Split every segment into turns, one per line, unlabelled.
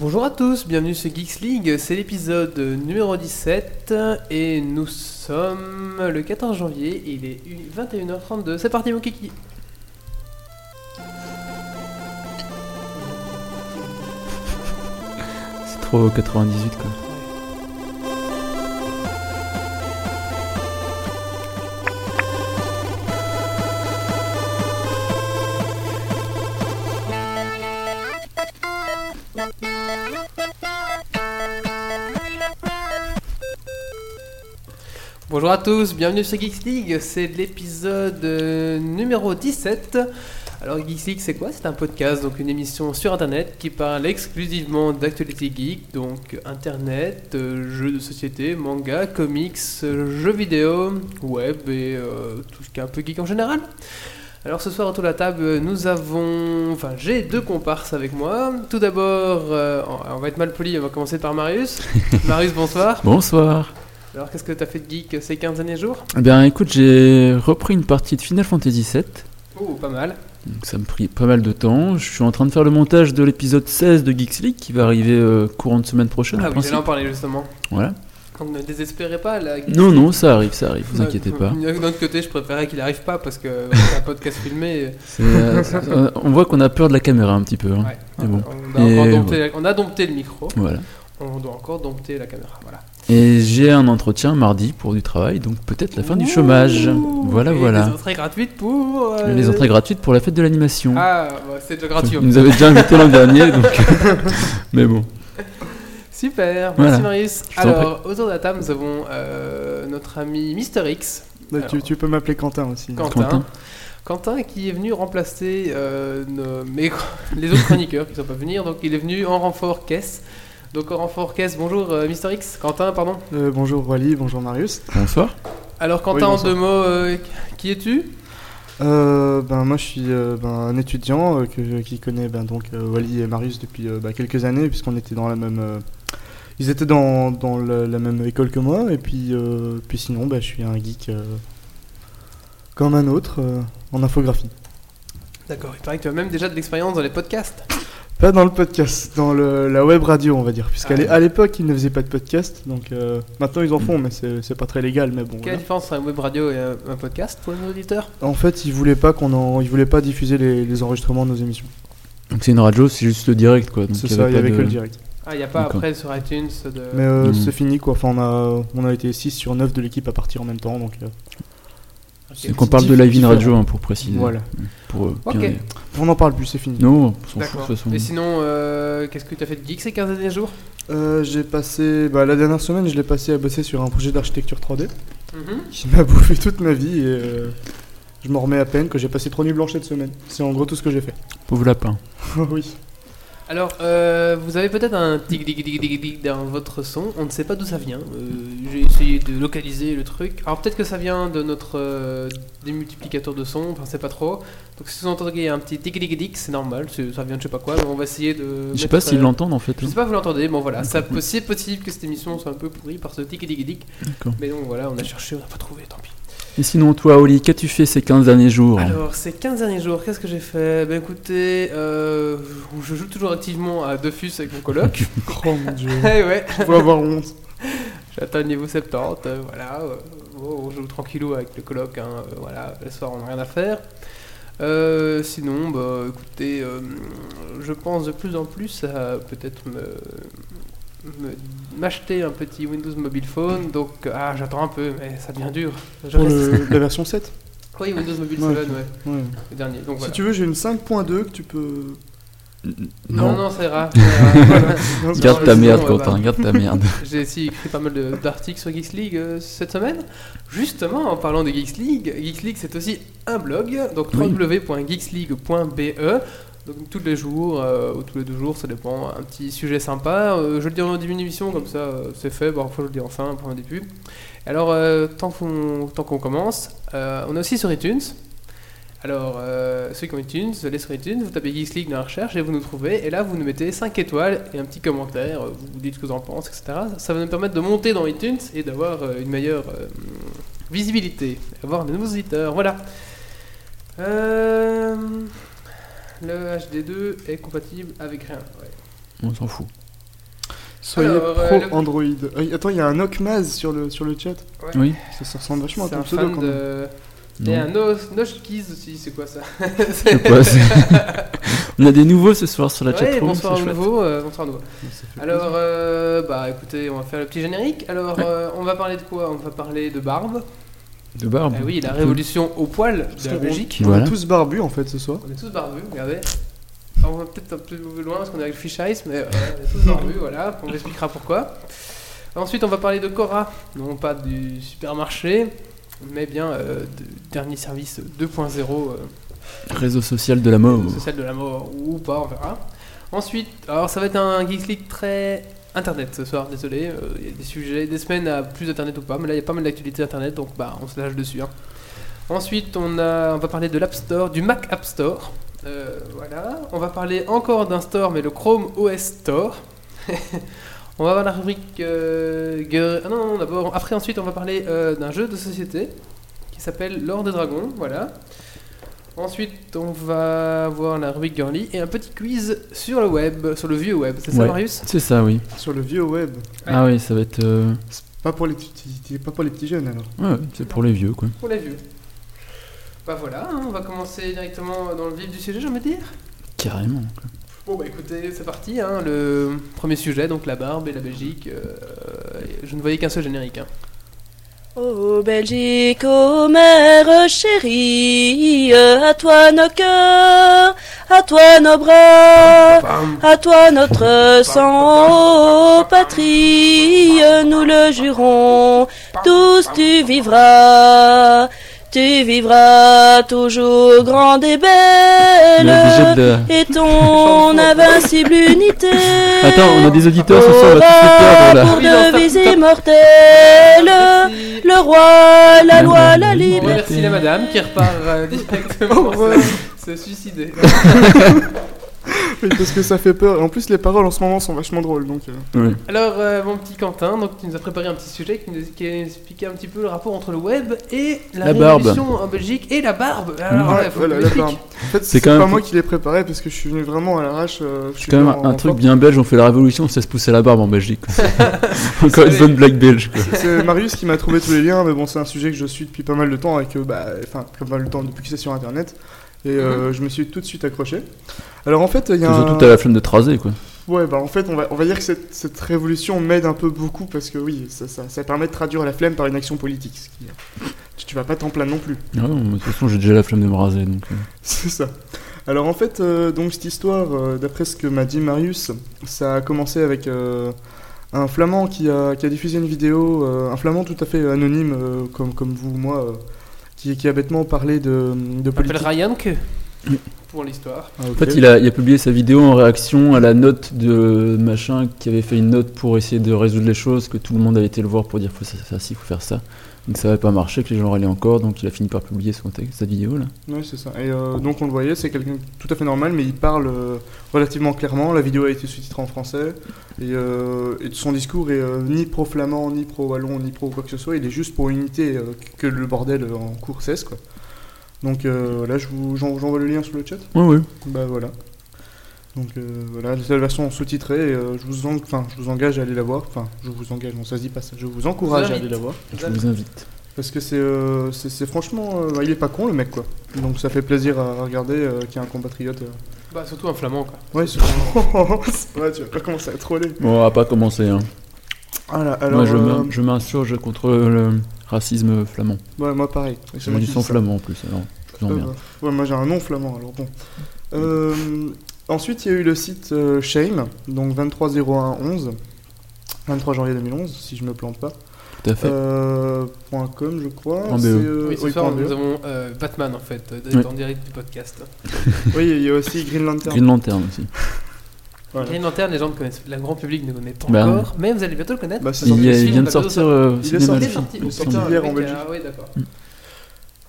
Bonjour à tous, bienvenue sur Geeks League, c'est l'épisode numéro 17 et nous sommes le 14 janvier, il est 21h32, c'est parti mon kiki
C'est trop 98 quoi.
Bonjour à tous, bienvenue sur Geeks League, c'est l'épisode euh, numéro 17. Alors Geeks League c'est quoi C'est un podcast, donc une émission sur internet qui parle exclusivement d'actualités geek, donc internet, euh, jeux de société, manga, comics, euh, jeux vidéo, web et euh, tout ce qui est un peu geek en général. Alors ce soir autour de la table, nous avons... Enfin j'ai deux comparses avec moi. Tout d'abord, euh, on on va être mal poli, on va commencer par Marius. Marius, bonsoir.
Bonsoir.
Alors, qu'est-ce que t'as fait de geek ces 15 derniers jours
Eh bien écoute, j'ai repris une partie de Final Fantasy VII.
Oh, pas mal.
Donc ça me prit pas mal de temps. Je suis en train de faire le montage de l'épisode 16 de Geeks League qui va arriver euh, courant de semaine prochaine. en
Ah oui,
principe.
j'allais en parler justement.
Voilà.
Donc, ne désespérez pas, là.
Non, non, ça arrive, ça arrive, vous inquiétez pas.
D'un autre côté, je préférais qu'il arrive pas parce que c'est un podcast filmé.
C'est, euh, c'est- euh, on voit qu'on a peur de la caméra un petit peu. hein.
Ouais.
Et bon.
On, a encore
Et
dompté, on a dompté le micro,
Voilà.
on doit encore dompter la caméra. Voilà.
Et j'ai un entretien mardi pour du travail, donc peut-être la fin du chômage.
Ouh,
Voilà,
et Les
voilà.
entrées gratuites pour. euh,
Les entrées gratuites pour la fête de l'animation.
Ah, bah, c'est déjà gratuit.
Vous nous avez déjà invité l'an dernier, donc. Mais bon.
Super,
Voilà.
merci Marius.
Je t'en
Alors, autour de la table, nous avons euh, notre ami Mister X.
Bah, tu,
Alors.
tu peux m'appeler Quentin aussi.
Quentin. Quentin.
Quentin.
qui est venu remplacer euh, nos- mes- les autres chroniqueurs qui ne sont pas venus, donc il est venu en renfort caisse. Donc en renfort caisse, bonjour euh, Mister X, Quentin, pardon.
Euh, bonjour Wally, bonjour Marius.
Bonsoir.
Alors Quentin,
Oui,
en
bonsoir.
deux mots, euh, qui es-tu
Euh, ben, moi je suis euh, ben, un étudiant euh, que, qui connaît ben, donc, euh, Wally et Marius depuis euh, ben, quelques années puisqu'on était dans la même... euh, ils étaient dans, dans la, la même école que moi et puis, euh, puis sinon ben, je suis un geek euh, comme un autre euh, en infographie.
D'accord, il paraît que tu as même déjà de l'expérience dans les podcasts.
Pas dans le podcast, dans le, la web radio on va dire puisqu'à
Ah.
l'é- à l'époque ils ne faisaient pas de podcast donc euh, maintenant ils en font mais c'est c'est pas très légal mais bon.
Quelle
voilà.
différence entre un web radio et un, un podcast pour nos auditeurs
En fait ils voulaient pas, qu'on en, ils voulaient pas diffuser les- les enregistrements de nos émissions.
Donc c'est une radio, c'est juste le direct quoi. Donc
C'est ça, il y
pas
avait
de-
que le direct.
Ah, il n'y a pas
D'accord.
après sur iTunes de...
Mais euh,
Mm.
c'est fini quoi, enfin on a, on a été 6 sur 9 de l'équipe à partir en même temps donc euh,
Ok.
Donc on parle de Live in Radio hein, pour préciser.
voilà.
Pour, euh,
Ok.
bien-
On en parle plus, c'est fini.
Non, on s'en fout de
D'accord.
toute façon.
Et sinon, euh, qu'est-ce que tu as fait de geek ces 15 derniers jours
Euh, j'ai passé, bah, la dernière semaine je l'ai passé à bosser sur un projet d'architecture 3D
Mhm.
qui m'a bouffé toute ma vie et euh, je m'en remets à peine que j'ai passé 3 nuits blanches cette semaine. C'est en gros tout ce que j'ai fait.
Pauvre lapin.
oui.
Alors, euh, vous avez peut-être un tic tic tic tic tic dans votre son. On ne sait pas d'où ça vient. Euh, J'ai essayé de localiser le truc. Alors peut-être que ça vient de notre euh, démultiplicateur de son. Enfin, c'est pas trop. Donc si vous entendez un petit tic tic tic, c'est normal. c'est- Ça vient de je sais pas quoi. Mais on va essayer de.
Je sais
mettre,
pas s'ils
euh,
l'entendent en fait. hein.
Je sais pas, vous l'entendez. Bon voilà, ça peut- c'est possible que cette émission soit un peu pourrie par ce tic tic tic.
D'accord.
Mais donc voilà, on a cherché, on n'a pas trouvé. Tant pis.
Et sinon toi Oli, qu'as-tu fait ces 15 derniers jours hein
Alors, ces 15 derniers jours, qu'est-ce que j'ai fait Ben écoutez, euh, je joue toujours activement à Dofus avec mon coloc.
Oh mon dieu.
Eh ouais.
Faut avoir honte.
J'atteins le niveau 70, euh, voilà. euh, bon, on joue tranquillou avec le coloc, hein, euh, voilà. Le soir, on n'a rien à faire. Euh, sinon, bah, écoutez, euh, je pense de plus en plus à peut-être me me- m'acheter un petit Windows Mobile Phone donc ah j'attends un peu mais ça devient dur je
Pour
reste-
le- la version 7
oui Windows Mobile
Ouais.
7 ouais
ouais.
le dernier donc
Si
voilà
tu veux, j'ai une 5.2 que tu peux.
non non ça ira Non,
Garde
mais
ta
sinon,
merde
euh,
Quentin,
bah,
garde ta merde.
J'ai aussi écrit pas mal de- d'articles sur Geeks League euh, cette semaine. Justement, en parlant de Geeks League, Geeks League c'est aussi un blog, donc
Oui.
www.geeksleague.be. E. Donc tous les jours, euh, ou tous les deux jours, ça dépend, un petit sujet sympa. Euh, je le dis en début d'émission, comme ça euh, c'est fait, bon, parfois je le dis en fin, pour un début. Alors, euh, tant qu'on tant qu'on commence, euh, on est aussi sur iTunes. Alors, euh, ceux qui ont iTunes, vous allez sur iTunes, vous tapez Geeks League dans la recherche et vous nous trouvez. Et là, vous nous mettez 5 étoiles et un petit commentaire, euh, vous vous dites ce que vous en pensez, etc. Ça va nous permettre de monter dans iTunes et d'avoir euh, une meilleure euh, visibilité, avoir de nouveaux auditeurs. Voilà. Euh, le HD2 est compatible avec rien. ouais.
On s'en fout.
Soyez
Alors, euh, le-
pro Android. Euh, attends, il y a un Okmaz sur le, sur le chat.
Oui.
Ça se ressemble vachement à
C'est
ton
un
pseudo
fan
quand même.
de. Et
Non.
un Noshkiz aussi, c'est quoi ça
Je sais pas, c'est- On a des nouveaux ce soir sur la
Ouais,
chatroom.
bonsoir à
c'est chouette.
nouveau, euh, bonsoir à nouveau.
Ça fait plaisir.
Alors, euh, bah écoutez, on va faire le petit générique. Alors,
Ouais.
euh, on va parler de quoi On va parler de barbe.
De barbe.
Ah oui, la révolution au poil
Parce
de la
qu'on-
Belgique.
on
Voilà.
est tous barbus en fait ce soir.
On est tous barbus, regardez. Alors, on va peut-être un peu loin parce qu'on est avec Fish Eyes, mais euh, on est tous barbus, voilà. On vous expliquera pourquoi. Ensuite, on va parler de Cora, non pas du supermarché, mais bien euh, de- dernier service 2.0. euh,
Réseau social de la mort.
C'est celle de la mort ou pas, on verra. Ensuite, alors ça va être un Geeks League très internet ce soir, désolé. euh, Il y a des sujets, des semaines à plus internet ou pas, mais là il y a pas mal d'actualités internet donc bah on se lâche dessus. hein. Ensuite, on, a, on va parler de l'App Store, du Mac App Store. Euh, voilà. On va parler encore d'un store, mais le Chrome OS Store. on va avoir la rubrique. euh, Gue- ah non, non, d'abord. Après, ensuite, on va parler euh, d'un jeu de société qui s'appelle L'Or des Dragons. Voilà. Ensuite, on va voir la rubrique Girly et un petit quiz sur le web, sur le vieux web. C'est ça,
Ouais.
Marius
C'est ça, oui.
Sur le vieux web.
Ah oui, ça va être. euh,
C'est Pas pour les petits, pas pour les petits jeunes alors.
Ouais, ouais, c'est pour les vieux, quoi.
Pour les vieux. Bah voilà, hein, on va commencer directement dans le vif du sujet, j'ai envie de dire.
Carrément. quoi.
Bon bah écoutez, c'est parti. hein, le premier sujet, donc la barbe et la Belgique. euh, je ne voyais qu'un seul générique. hein.
Oh Belgique, ô mère chérie, à toi nos cœurs, à toi nos bras,
Euh,
Bam.
à toi notre sang, ô patrie, nous le jurons, tous tu vivras, tu vivras toujours grande et
On est obligé
belle,
de.
et ton invincible unité.
Attends, on a des auditeurs ce soir, on va tous les perdre là.
pour
Oui, non,
devise
stop, stop.
immortelle.
Merci.
Le roi, la
La
loi, la
On
liberté.
liberté.
remercie la madame qui repart euh, directement se, se suicider.
Oui, parce que ça fait peur. Et en plus, les paroles en ce moment sont vachement drôles donc. euh,
Ouais.
Alors, euh, mon petit Quentin, donc, tu nous as préparé un petit sujet qui nous qui expliquait un petit peu le rapport entre le web et la,
La barbe. Mm.
révolution en Belgique et la barbe. Alors,
Ouais,
là, faut
voilà,
que tu m'expliques.
la barbe. En fait,
C'est
c'est
quand
pas
même-
moi qui l'ai préparé parce que je suis venu vraiment à l'arrache. euh, je suis
C'est quand même
venu en-
un, un
en
truc
forme.
bien belge, on fait la révolution, on se laisse pousser la barbe en Belgique. Encore une
C'est-
bonne blague belge. quoi.
C'est Marius qui m'a trouvé tous les liens, mais bon, c'est un sujet que je suis depuis pas mal de temps et que, bah, enfin, pas mal de temps depuis que c'est sur internet. Et euh,
Mhm.
je me suis tout de suite accroché. Alors en fait, il y a.
Surtout
un-
t'as la flemme de traser quoi.
Ouais, bah en fait, on va, on va dire que cette, cette révolution m'aide un peu beaucoup parce que oui, ça, ça, ça permet de traduire la flemme par une action politique. ce qui- euh, tu, tu vas pas t'en plaindre non plus.
Ah non, mais de toute façon j'ai déjà la flemme de me raser donc. euh,
C'est ça. Alors en fait, euh, donc cette histoire, euh, d'après ce que m'a dit Marius, ça a commencé avec euh, un flamand qui a, qui a diffusé une vidéo, euh, un flamand tout à fait anonyme, euh, comme, comme vous ou moi, euh, qui, qui a bêtement parlé de, de
On appelle
politique.
Ryan que
Oui.
pour l'histoire.
Ah, ok.
En fait, il a, il a publié sa vidéo en réaction à la note de machin qui avait fait une note pour essayer de résoudre les choses, que tout le monde avait été le voir pour dire faut faire ça, ci, faut faire ça. Donc ça n'avait pas marché, que les gens râlaient encore, donc il a fini par publier son texte, sa vidéo là.
Ouais, c'est ça. Et euh, donc on le voyait, c'est quelqu'un tout à fait normal, mais il parle euh, relativement clairement. La vidéo a été sous-titrée en français. Et, euh, et son discours est euh, ni pro-flamand, ni pro-wallon, ni pro-quoi que ce soit. Il est juste pour unité euh, que le bordel euh, en cours cesse, quoi. Donc euh, voilà, je vous- j'en- j'envoie le lien sur le chat.
Ouais, ouais.
Bah voilà. Donc euh, voilà, la version sous-titrée, et, euh, je, vous en- enfin, je vous engage à aller la voir. Enfin, je vous engage, non, ça se dit pas ça. Je vous encourage à
invite.
aller la voir.
Je vous invite.
Parce que c'est euh, c'est- c'est franchement, euh, bah, il est pas con le mec quoi. Donc ça fait plaisir à regarder euh, qu'il y a un compatriote. euh.
Bah, surtout un flamand, quoi.
Ouais, c'est Ouais, tu vas pas commencer à troller.
Bon, on va pas commencer hein.
Ah là, alors,
Moi je
euh,
m'in- je m'insurge contre le racisme flamand.
ouais, moi pareil. Et c'est
J'ai
moi
du
qui
sang
dis ça.
flamand en plus alors. Je vous
Euh,
emmerde.
ouais, moi j'ai un nom flamand alors bon. Euh, ensuite, il y a eu le site euh, Shame, donc 230111, 23 janvier 2011, si je me plante pas.
Tout à fait.
Euh, point .com, je crois.
Point E. BE.
C'est, euh,
oui, ce
oui,
soir,
point
nous
BE.
avons euh, Batman, en fait, euh,
Oui.
en direct du podcast.
Oui, il y a aussi Green Lantern.
Green Lantern aussi.
Voilà.
Green Lantern, les gens le connaissent, le grand public ne connaît pas
Bah,
encore, mais vous allez bientôt le connaître.
Bah, c'est
Parce
Il,
que
y
sorti-
a-
le
il
film
vient de
bientôt
sortir euh, au
Il
cinéma,
est
Il
le
est
sorti.
sorti,
film.
Il est
il est
sorti
sorti
hier en
avec,
Belgique.
euh, oui, d'accord.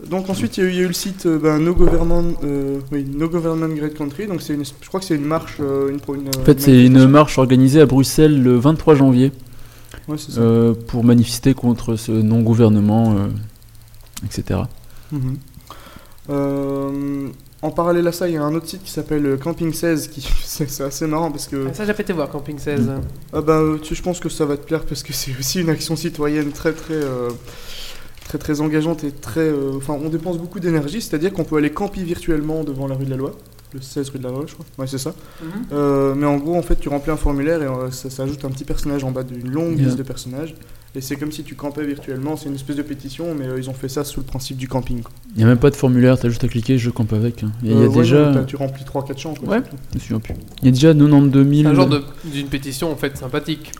Donc ensuite, il y a eu- il y a eu le site euh, ben, No Government, euh, oui, No Government Great Country. Donc c'est une, je crois que c'est une marche, euh, une, pro- une,
En fait, c'est une marche organisée à Bruxelles le 23 janvier
Ouais, c'est ça.
euh, pour manifester contre ce non-gouvernement, euh, etc.
Mhm. Euh, En parallèle à ça, il y a un autre site qui s'appelle euh, Camping 16, qui c'est c'est assez marrant parce que
Bah.
Ah, Ça, j'ai fait te voir, Camping 16.
Mmh.
ah bah, euh, tu- je pense que ça va te plaire parce que c'est aussi une action citoyenne très très euh, très très engageante et très euh, enfin on dépense beaucoup d'énergie, c'est-à-dire qu'on peut aller camper virtuellement devant la rue de la Loi, le 16 rue de la Loi, je crois. Ouais, c'est ça.
Mhm.
Euh, mais en gros, en fait, tu remplis un formulaire et euh, ça, ça ajoute un petit personnage en bas d'une longue
Bien.
liste de personnages. Et c'est comme si tu campais virtuellement, c'est une espèce de pétition, mais euh, ils ont fait ça sous le principe du camping. quoi.
Il n'y a même pas de formulaire, t'as juste à cliquer, je campe avec. hein. Et Il y
Euh,
a
ouais,
déjà.
non, t'as- tu remplis 3-4 champs. Quoi,
Ouais.
c'est tout.
Je me souviens plus. Il y a déjà 92
C'est
000.
un genre de- d'une pétition en fait sympathique.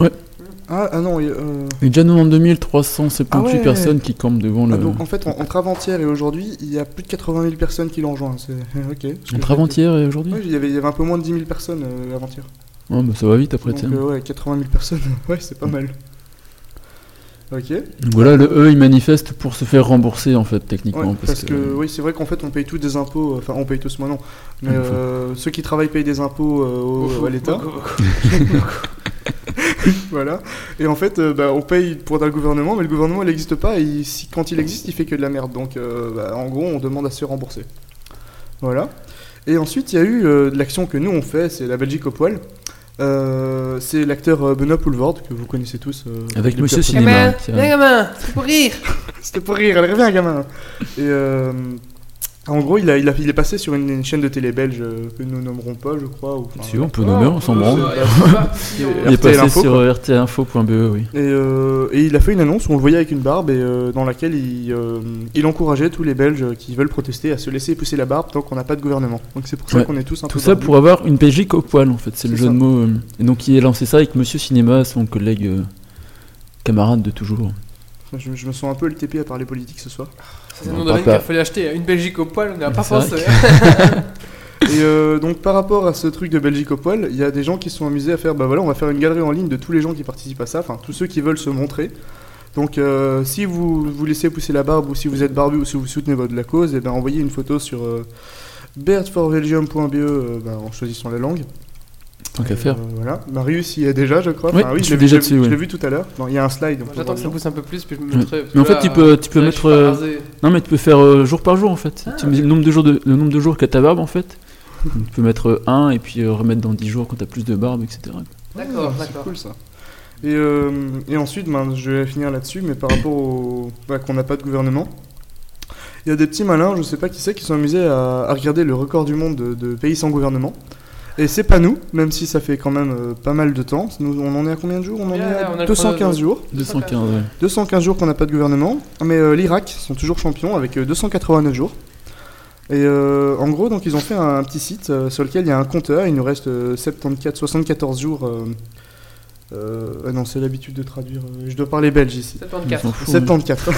Ah, ah non, il y a, euh,
Il y a déjà 92 378
Ah ouais.
personnes qui campent devant
ah,
le.
donc, en fait, en- entre avant-hier et aujourd'hui, il y a plus de 80 000 personnes qui l'ont rejoint. C'est... ok. Parce que
Entre avant-hier et aujourd'hui
Ouais, il y, avait, il y avait un peu moins de 10 000 personnes euh, avant-hier.
Ouais, bah, Ça va vite après,
Donc,
tiens.
euh, ouais, 80 000 personnes, ouais, c'est pas mal. Ok.
Donc voilà, le E, il manifeste pour se faire rembourser, en fait, techniquement.
Ouais,
parce, que.
oui, c'est vrai qu'en fait, on paye tous des impôts. euh, Enfin, on paye tous, moi non. Mais
Ah, faut-
euh, ceux qui travaillent payent des impôts euh, au- à l'État.
hein.
voilà. Et en fait, euh, bah, on paye pour un gouvernement, mais le gouvernement, il n'existe pas. Et il- si- quand il existe, il fait que de la merde. Donc, euh, bah, en gros, on demande à se rembourser. Voilà. Et ensuite, il y a eu euh, de l'action que nous, on fait c'est la Belgique au poil. Euh, c'est l'acteur euh, Benoît Poulvord, que vous connaissez tous. euh,
Avec
depuis
Monsieur
la-
Cinéma.
Gamin,
tiens.
viens gamin, ben, c'est pour rire.
c'était pour rire, elle revient, gamin. Et euh, en gros, il, a, il, a- il est passé sur une, une chaîne de télé belge euh, que nous nommerons pas, je crois. ou-
Si on peut nommer, on s'en branle.
Il
Il est
RTL
passé
Info,
sur rtinfo.be, E, oui.
Et, euh, et il a fait une annonce où on le voyait avec une barbe et euh, dans laquelle il, euh, il encourageait tous les Belges qui veulent protester à se laisser pousser la barbe tant qu'on n'a pas de gouvernement. Donc c'est pour ça
Ouais.
qu'on est tous un peu.
Tout ça
barbus.
pour avoir une Belgique au poil, en fait. C'est le
C'est
jeu
ça.
de mots. euh. Et donc, il a lancé ça avec Monsieur Cinéma, son collègue euh, camarade de toujours.
Je, je me sens un peu le TP à parler politique ce soir.
C'est le
Non,
nom
pas
de
ça.
qu'il fallait acheter. Une Belgique au poil, on n'a pas
C'est vrai
pensé. hein.
Et euh, donc par rapport à ce truc de Belgique au poil, il y a des gens qui se sont amusés à faire, bah voilà, on va faire une galerie en ligne de tous les gens qui participent à ça, enfin tous ceux qui veulent se montrer. Donc euh, si vous vous laissez pousser la barbe ou si vous êtes barbu ou si vous soutenez votre, la cause, et ben envoyez une photo sur euh, birdforbelgium.be euh, ben, en choisissant la langue.
Tant qu'à
Et,
faire.
euh, voilà, Marius y est déjà, je crois.
Oui,
Enfin,
je
je
suis
l'ai vu-
déjà
je l'ai-
dessus, oui.
Je l'ai vu tout à l'heure. Non, il y a un slide. on peut
J'attends
voir
que ça
bien.
pousse un peu plus, puis je me
Ouais.
mettrai. parce
Mais en
que
fait,
là,
tu peux- tu peux
là, je suis
mettre,
pas
euh,
rasé.
Non, mais tu peux faire euh, jour par jour en fait.
Ah.
tu mets le nombre de jours, de, le nombre de jours qu'a ta barbe en fait. Donc, tu peux mettre 1 et puis euh, remettre dans 10 jours quand t'as plus de barbe, etc.
D'accord,
Ah, C'est
d'accord.
cool ça. Et, euh, et ensuite, ben, je vais finir là-dessus, mais par rapport au bah, qu'on n'a pas de gouvernement, il y a des petits malins, je sais pas qui c'est, qui sont amusés à, à regarder le record du monde de, de pays sans gouvernement. Et c'est pas nous, même si ça fait quand même euh, pas mal de temps. Nous, on en est à combien de jours On en
Ouais,
est à
on a le
215
chrono-
jours.
215, ouais.
215 jours qu'on n'a pas de gouvernement, mais euh, l'Irak sont toujours champions avec euh, 289 jours. Et euh, en gros, donc ils ont fait un, petit site euh, sur lequel il y a un compteur, il nous reste euh, 74, 74 jours. euh, euh, ah non, c'est l'habitude de traduire, euh, je dois parler belge ici.
74.
On s'en fout, hein. mais-
74.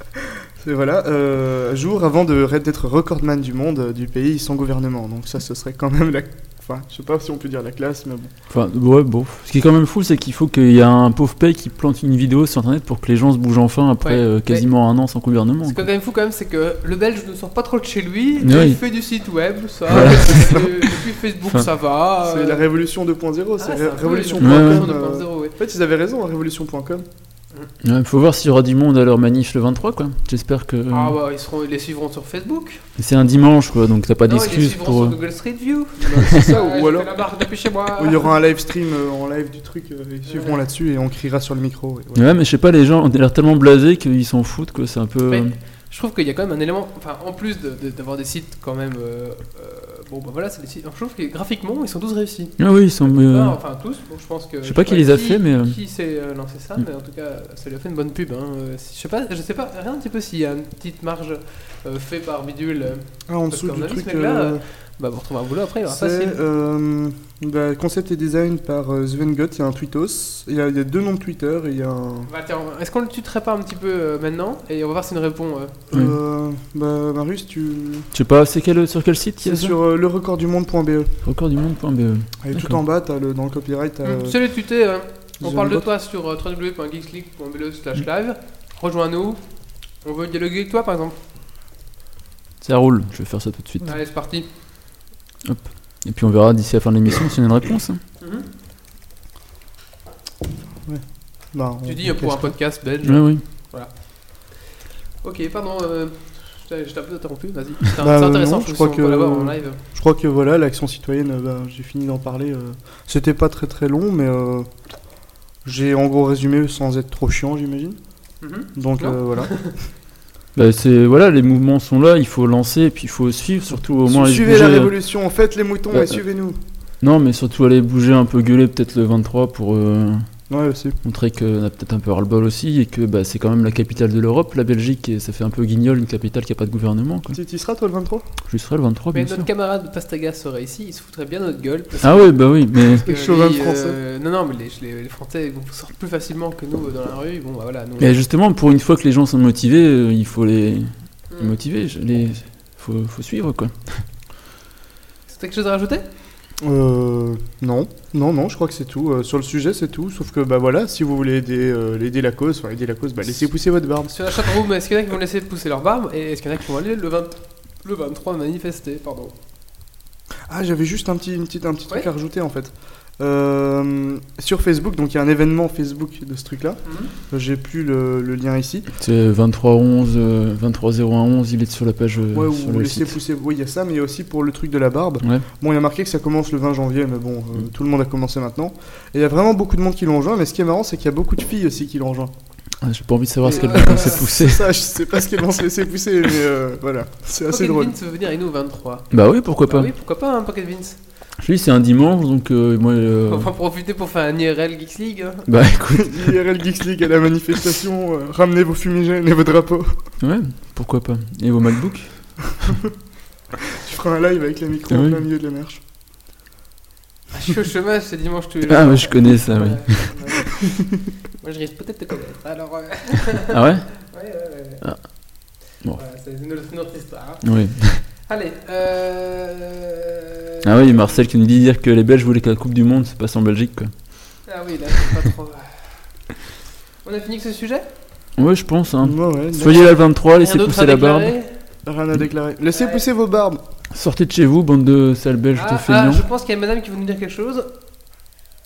Et voilà, euh, jours avant de- d'être recordman du monde euh, du pays sans gouvernement. Donc ça, ce serait quand même la... Enfin, je sais pas si on peut dire la classe, mais bon.
Enfin, ouais, bon. Ce qui est quand même fou, c'est qu'il faut qu'il y ait un pauvre pays qui plante une vidéo sur internet pour que les gens se bougent enfin après
Ouais.
euh, quasiment un an sans
Ce
gouvernement.
qui est
quoi.
quand même fou quand même, c'est que le Belge ne sort pas trop de chez lui.
Mais oui.
Il fait du site web, ça.
Voilà.
et Depuis Facebook,
Enfin,
ça va.
C'est
euh,
la révolution 2.0,
ah,
c'est
un
la
peu
révolution.
la
Ouais, ouais.
révolution
point com, euh,
2.0, ouais.
En fait, ils avaient raison, hein, révolution.com.
Ouais, faut voir s'il y aura du monde à leur manif le 23, quoi. J'espère que. euh,
Ah bah ils, seront, ils les suivront sur Facebook.
C'est un dimanche, quoi, donc t'as pas
non, ils les
d'excuses
suivront
pour. euh,
sur Google Street View.
C'est ça,
Ah, j'ai
ou
fait
alors
la barre depuis chez moi.
il y aura un live stream euh, en live du truc, euh, ils suivront
Ah Ouais.
là-dessus et on criera sur le micro. et voilà.
Ouais, mais je sais pas, les gens ont l'air tellement blasés qu'ils s'en foutent, quoi. C'est un peu.
Mais
euh,
je trouve qu'il y a quand même un élément, enfin en plus de- de- d'avoir des sites quand même, euh, euh, bon bah voilà, c'est des sites. Je trouve que graphiquement ils sont tous réussis.
Ah oui, ils sont. euh,
Enfin, Bah, enfin, tous, bon, je pense que.
Je sais pas qui les a fait, mais, euh,
Qui s'est euh, lancé ça, mais en tout cas, ça lui a fait une bonne pub. Hein. Euh, si- Je sais pas, je sais pas, rien un petit peu s'il y a une petite marge euh, faite par Bidule. euh,
Ah, en
Parce
dessous
qu'à
du
mon avis,
truc,
ce mec-là,
euh,
Bah, vous retrouvez un boulot après, il y aura
c'est
facile.
euh, bah, concept et design par euh, Sven Gott, il y a un tweetos, il y, a il y a deux noms de Twitter, et il y a un...
Bah, tiens, est-ce qu'on le tuterait pas un petit peu euh, maintenant Et on va voir s'il nous répond. euh.
Oui.
euh, bah, Marius, tu...
Je sais pas, c'est quel, sur quel site il y a
C'est
ça
sur euh, le lerecorddumonde.be.
Recorddumonde.be.
E. Et tout
D'accord.
en bas, t'as le, dans le copyright, t'as...
Hum,
euh,
Salut, tuté. hein. On
Sven
parle de
Gott.
toi sur euh, www.geeksleague.be/slash e live. Rejoins-nous. On veut dialoguer avec toi, par exemple.
Ça roule, je vais faire ça tout de suite.
Allez, c'est parti.
Et puis on verra d'ici la fin de l'émission si on a une réponse. hein.
Mhm.
bah, on-
Tu dis
on
euh, pour un
casse-
podcast belge.
Ouais, oui.
Ok, pardon. euh, Je t'ai un peu interrompu, vas-y. C'est
Bah, euh,
intéressant,
non,
je
je
crois
crois
qu'on
que-
peut l'avoir en live.
Je crois que voilà, l'action citoyenne, euh, bah, j'ai fini d'en parler. euh, C'était pas très très long, mais euh, j'ai en gros résumé sans être trop chiant, j'imagine.
Mhm.
Donc
Non.
euh, voilà.
Bah, c'est voilà, les mouvements sont là, il faut lancer et puis il faut suivre, surtout au moins aller
suivez la
bouger.
révolution, faites les moutons
Euh,
et suivez-nous.
Non, mais surtout aller bouger un peu, gueuler peut-être le 23 pour euh,
Ouais, c'est
montrer qu'on a peut-être un peu ras-le-bol aussi et que bah, c'est quand même la capitale de l'Europe, la Belgique, et ça fait un peu guignol une capitale qui a pas de gouvernement. Quoi.
Tu tu y seras toi le 23
Je serai le 23,
Mais
bien sûr.
notre camarade Pastaga serait ici, il se foutrait bien de notre gueule. parce
Ah ouais, bah oui, mais
que
les chauvins
lui, euh,
français.
non, non, mais les, les- les Français vont sortent plus facilement que nous euh, dans la rue. Bon, bah voilà, nous.
Et justement, pour une fois que les gens sont motivés, euh, il faut les, les
Hmm.
motiver, je- les faut, faut suivre quoi.
C'est quelque chose à rajouter
Euh, non, non, non, je crois que c'est tout. Euh, sur le sujet, c'est tout. Sauf que, bah voilà, si vous voulez aider, euh, aider la cause, enfin aider la cause, bah laissez pousser votre barbe.
Sur la chatroom, est-ce qu'il y en a qui vont laisser pousser leur barbe Et est-ce qu'il y en a qui vont aller le, 20 le 23 manifester Pardon.
Ah, j'avais juste un petit, une petite, un petit truc
Ouais.
à rajouter en fait. Euh, sur Facebook, donc il y a un événement Facebook de ce truc-là. Euh, J'ai plus le, le lien ici.
C'est 2311, euh, 230111, il est sur la page euh,
Ouais,
sur
ou
le
laissez
site.
pousser. Oui, il y a ça, mais il y a aussi pour le truc de la barbe.
Ouais.
Bon, il y a marqué que ça commence le 20 janvier, mais bon, euh,
Mm.
tout le monde a commencé maintenant. Et il y a vraiment beaucoup de monde qui l'ont rejoint, mais ce qui est marrant, c'est qu'il y a beaucoup de filles aussi qui l'ont rejoint.
Ah, J'ai pas envie de savoir ce
Et
qu'elle
ouais.
va penser de pousser.
Ça, je sais pas ce qu'elles vont se laisser pousser, mais euh, voilà, c'est assez
Pocket
drôle.
Vince veut venir et nous au 23.
Bah oui, pourquoi
Bah
pas.
oui, pourquoi pas, hein, Pocket Vince
Je dis, c'est un dimanche, donc euh, moi. euh,
On va en profiter pour faire un IRL Geeks League. hein.
bah écoute,
IRL Geeks League à la manifestation, euh, ramenez vos fumigènes et vos drapeaux.
ouais, pourquoi pas. Et vos MacBook
Tu feras un live avec les micros
Ah oui.
au plein milieu de la marche.
Ah, Je suis au chômage, c'est dimanche tous les jours.
Ah, ouais, je connais ça,
Ouais,
oui.
ouais. Moi, je risque peut-être de te connaître. Alors, euh,
Ah ouais
ouais, ouais, ouais. ouais.
Ah. Bon.
Voilà, c'est une autre, une autre histoire. hein.
Oui.
Allez, euh...
Ah oui, Marcel qui nous dit dire que les Belges voulaient que la Coupe du Monde se passe en Belgique quoi.
Ah oui, là, c'est pas trop... On a fini que ce sujet
Ouais, je pense, hein.
Ouais, ouais,
Soyez là le 23,
Mmh. Rien
laissez
d'autre à
pousser la barbe.
déclarer
Rien à déclarer. Laissez
Ouais.
pousser vos barbes.
Sortez de chez vous, bande de sales Belges
Ah,
de
ah,
feignants.
je pense qu'il y a une madame qui veut nous dire quelque chose.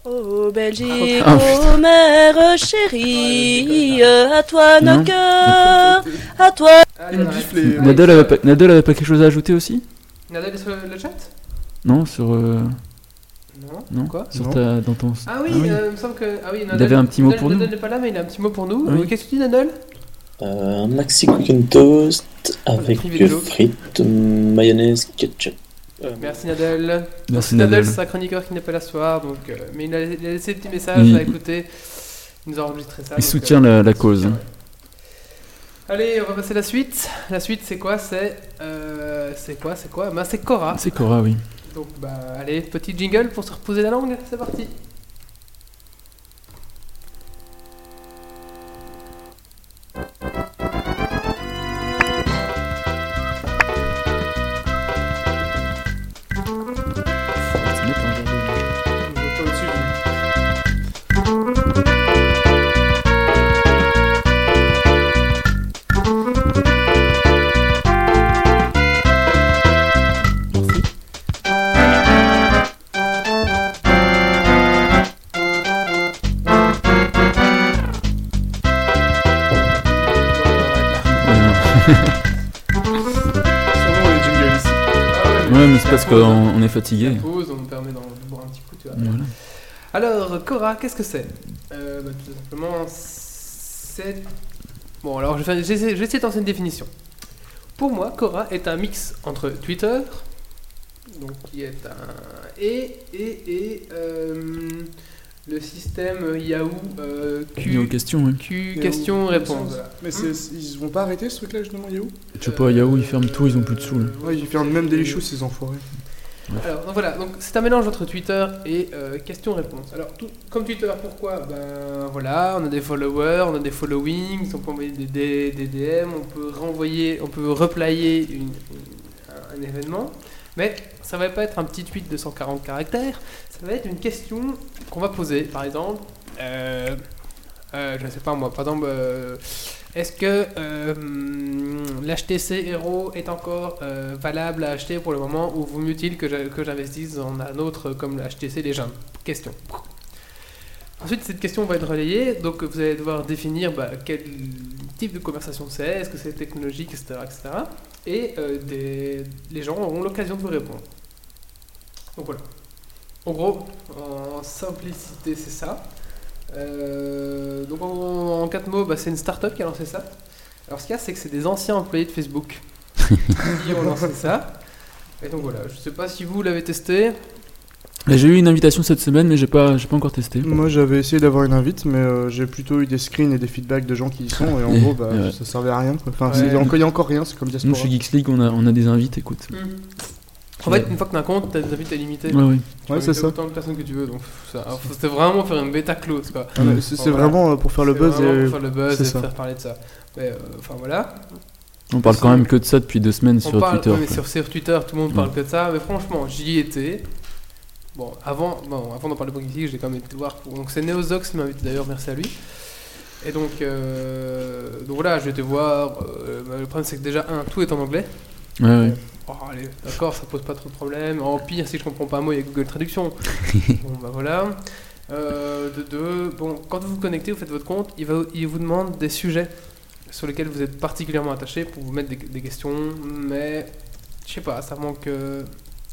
Oh Belgique,
Ah,
oh mère chérie, à toi
Non.
nos cœurs, à toi.
Ah, il
Une
y en a
bifle
un.
et-
Allez,
Nadal
euh,
avait, pas, Nadal avait pas quelque chose à ajouter aussi
Nadal est sur le le chat
Non, sur, euh,
Non.
Non.
Quoi
sur
Non.
ta, dans ton.
Ah oui, euh, il me semble que. Ah oui, Nadal,
avait un petit mot
Nadal-
pour nous. Ah
Nadal n'est pas là, mais il a un petit mot pour nous.
Oui.
Euh, Qu'est-ce que tu dis, Nadal
Euh, un maxi chicken toast avec
privé de l'eau.
frites, mayonnaise, ketchup. Euh,
Merci, Nadal.
Merci
Nadal,
Nadal.
c'est un chroniqueur qui n'est pas là ce soir, donc, euh, mais il a, il a laissé des petits messages
Il-
à écouter. Il nous a enregistré ça.
Il
donc,
soutient
euh,
la, la
il
cause.
soutient, ouais. Allez, on va passer à la suite. La suite, c'est quoi C'est. euh, c'est quoi C'est quoi Bah, c'est Cora.
C'est Cora, oui.
Donc, bah, allez, petit jingle pour se reposer la langue, c'est parti. Ah,
Sûrement les jingles ici.
Ouais, mais c'est parce qu'on
qu'on
on est fatigué.
pause, on nous permet d'en de boire un petit coup, tu vois.
Voilà.
Alors, Cora, qu'est-ce que c'est euh, bah, Tout simplement, c'est. Bon, alors, je vais, essayer- je vais essayer de lancer une définition. Pour moi, Cora est un mix entre Twitter, donc qui est un. et. et. et. euh, le système Yahoo euh,
Il est aux
Q.
questions, hein. oui.
Q
Yahoo,
question-réponse.
Mais c'est- ils vont pas arrêter ce truc-là, je demande Yahoo
Je sais pas, Yahoo, ils ferment tout, ils ont plus de sous, là.
Ouais, ils ferment même des lichous, ces enfoirés.
Alors donc voilà, donc c'est un mélange entre Twitter et euh, questions-réponses. Alors tout, comme Twitter, pourquoi Ben voilà, on a des followers, on a des followings, on peut envoyer des, des- des DM, on peut renvoyer, on peut replayer une- une- un, un événement. Mais ça va pas être un petit tweet de 140 caractères, ça va être une question qu'on va poser. Par exemple, euh, euh, je sais pas moi, par exemple, euh, est-ce que euh, l'HTC Hero est encore euh, valable à acheter pour le moment ou vaut mieux-il que j'a- que j'investisse dans un autre comme l'HTC Legend Question. Ensuite, cette question va être relayée, donc vous allez devoir définir bah, quel, type de conversation c'est, est-ce que c'est technologique, etc. etc. et euh, des, les gens auront l'occasion de vous répondre. Donc voilà. En gros, en simplicité, c'est ça. Euh, donc en, en quatre mots, bah, c'est une start-up qui a lancé ça. Alors ce qu'il y a, c'est que c'est des anciens employés de Facebook qui ont lancé ça. Et donc voilà, je sais pas si vous l'avez testé.
Là, J'ai eu une invitation cette semaine, mais j'ai pas, j'ai pas encore testé.
Moi, j'avais essayé d'avoir une invite, mais euh, j'ai plutôt eu des screens et des feedbacks de gens qui y sont, et en
Et-
gros, bah,
et ouais.
ça servait à rien. quoi. Enfin,
Ouais.
c'est- il y a encore- il y a encore rien, c'est comme
Nous,
Diaspora.
chez Geeks League, on a, on a des invites, écoute.
En fait, une fois que t'as un compte, t'as des invités limités.
Ouais, oui.
Tu peux
Mm. Ouais, c'est
inviter
ça.
autant de personnes que tu veux, donc pff, ça- alors, c'était vraiment faire une bêta close quoi.
Ah, mais C'est c'est
Voilà.
vraiment euh, pour faire le
C'est
buzz.
vraiment
et-
pour faire le buzz
c'est
et
ça.
faire parler de ça. Mais, euh, enfin voilà.
On parle quand même que de ça depuis deux semaines
On
sur
parle-
Twitter.
ouais, mais
quoi. Mm.
sur, sur Twitter, tout le monde parle que de ça. Mais franchement, j'y étais. Bon, avant, bon, avant d'en parler politique, j'ai quand même été voir. pour- Donc c'est Neozox qui m'a invité d'ailleurs, merci à lui. Et donc, euh, donc voilà, je été voir. euh, bah, le problème c'est que déjà, un, tout est en anglais.
Ouais, ouais.
Oh, allez, d'accord, ça pose pas trop de problèmes. En pire, si je comprends pas un mot, il y a Google Traduction. bon, bah voilà. Euh, de deux, bon, quand vous vous connectez, vous faites votre compte, il, va, il vous demande des sujets sur lesquels vous êtes particulièrement attaché pour vous mettre des, des questions, mais je sais pas, ça manque. euh,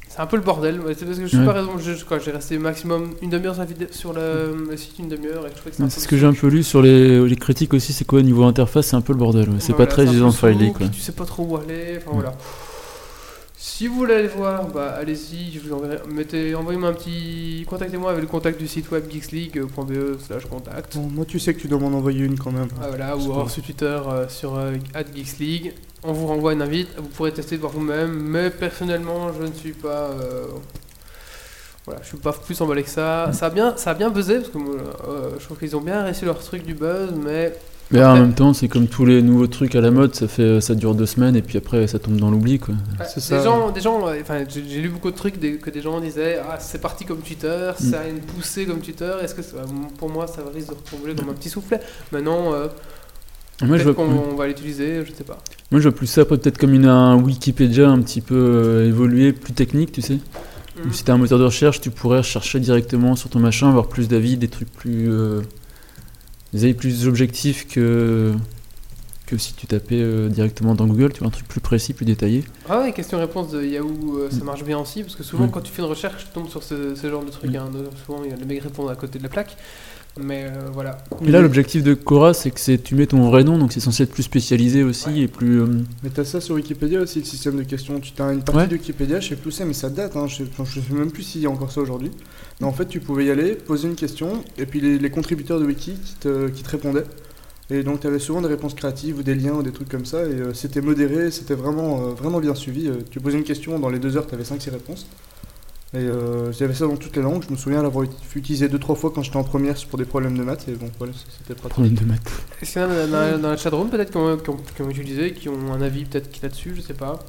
c'est un peu le bordel. Ouais, C'est parce que je suis
Ouais.
pas raison. je- je- quoi, J'ai resté maximum une demi-heure sur, la vidéo- sur le, le site, une demi-heure, et je trouvais que c'est un
C'est
peu
ce que j'ai un peu lu sur les, les critiques aussi, c'est quoi niveau interface, c'est un peu le bordel. ouais. C'est pas
Voilà,
très
un peu
easy filey
flou,
quoi.
puis
Mm.
Tu sais pas trop où aller. Enfin voilà. Si vous voulez aller voir, bah allez-y. Je vous enverrai. Mettez, envoyez-moi un petit. Contactez-moi avec le contact du site web geeksleague.be/slash contact.
Bon, moi, tu sais que tu dois m'en envoyer une quand même.
Ah, voilà,
C'est
ou
pas
alors
grave.
sur Twitter euh, sur euh, @geeksleague. On vous renvoie une invite. Vous pourrez tester de voir vous-même. Mais personnellement, je ne suis pas. euh, Voilà, je suis pas plus emballé que
Mm.
ça. Ça a bien, ça a bien buzzé parce que moi, euh, je trouve qu'ils ont bien réussi leur truc du buzz, mais
Mais en
Après-
même temps, c'est comme tous les nouveaux trucs à la mode, ça fait ça dure deux semaines et puis après ça tombe dans l'oubli quoi.
Ouais,
C'est
Des
ça.
gens, des gens euh, enfin, j'ai j'ai lu beaucoup de trucs des- que des gens disaient Ah, c'est parti comme Twitter,
Mm.
ça a une poussée comme Twitter, est-ce que ça- pour moi ça risque de retomber comme un petit soufflet Maintenant, euh,
Moi je,
peut-être
vois,
qu'on
moi
on va l'utiliser, je sais pas.
je vois plus ça après peut-être comme une un Wikipédia un petit peu euh, évolué, plus technique, tu sais. Ou Si t'es un moteur de recherche, tu pourrais rechercher directement sur ton machin, avoir plus d'avis, des trucs plus euh, des avis plus objectifs que que si tu tapais euh, directement dans Google, tu vois un truc plus précis, plus détaillé.
Ah ouais, question-réponse de Yahoo, euh, ça marche bien aussi, parce que souvent
Mm.
quand tu fais une recherche, tu tombes sur ce, ce genre de truc. hein. Donc, souvent, il y a le mec répond à côté de la plaque. Mais euh, voilà.
Mais
Mm.
là, l'objectif de Cora, c'est que c'est tu mets ton vrai nom, donc c'est censé être plus spécialisé aussi
Ouais.
et plus. euh,
Mais t'as ça sur Wikipédia aussi, le système de questions. Tu as une partie
Ouais.
de Wikipédia, je sais plus où c'est, mais ça date. Hein, je, sais, enfin, je sais même plus s'il y a encore ça aujourd'hui. Mais en fait, tu pouvais y aller, poser une question, et puis les, les contributeurs de Wiki qui te, qui te répondaient. Et donc, tu avais souvent des réponses créatives ou des liens ou des trucs comme ça. Et euh, c'était modéré, c'était vraiment, euh, vraiment bien suivi. Euh, tu posais une question, dans les deux heures, tu avais 5-6 réponses. Et euh, il y avait ça dans toutes les langues. Je me souviens l'avoir ut- utilisé 2-3 fois quand j'étais en première c'est pour des problèmes de maths. Et bon, voilà, c'était pratique.
problème de maths.
Est-ce qu'il y en a dans,
Mm.
la- dans la chatroom peut-être qui ont, qui ont- qui ont utilisé, qui ont un avis peut-être qui- là-dessus, je sais pas.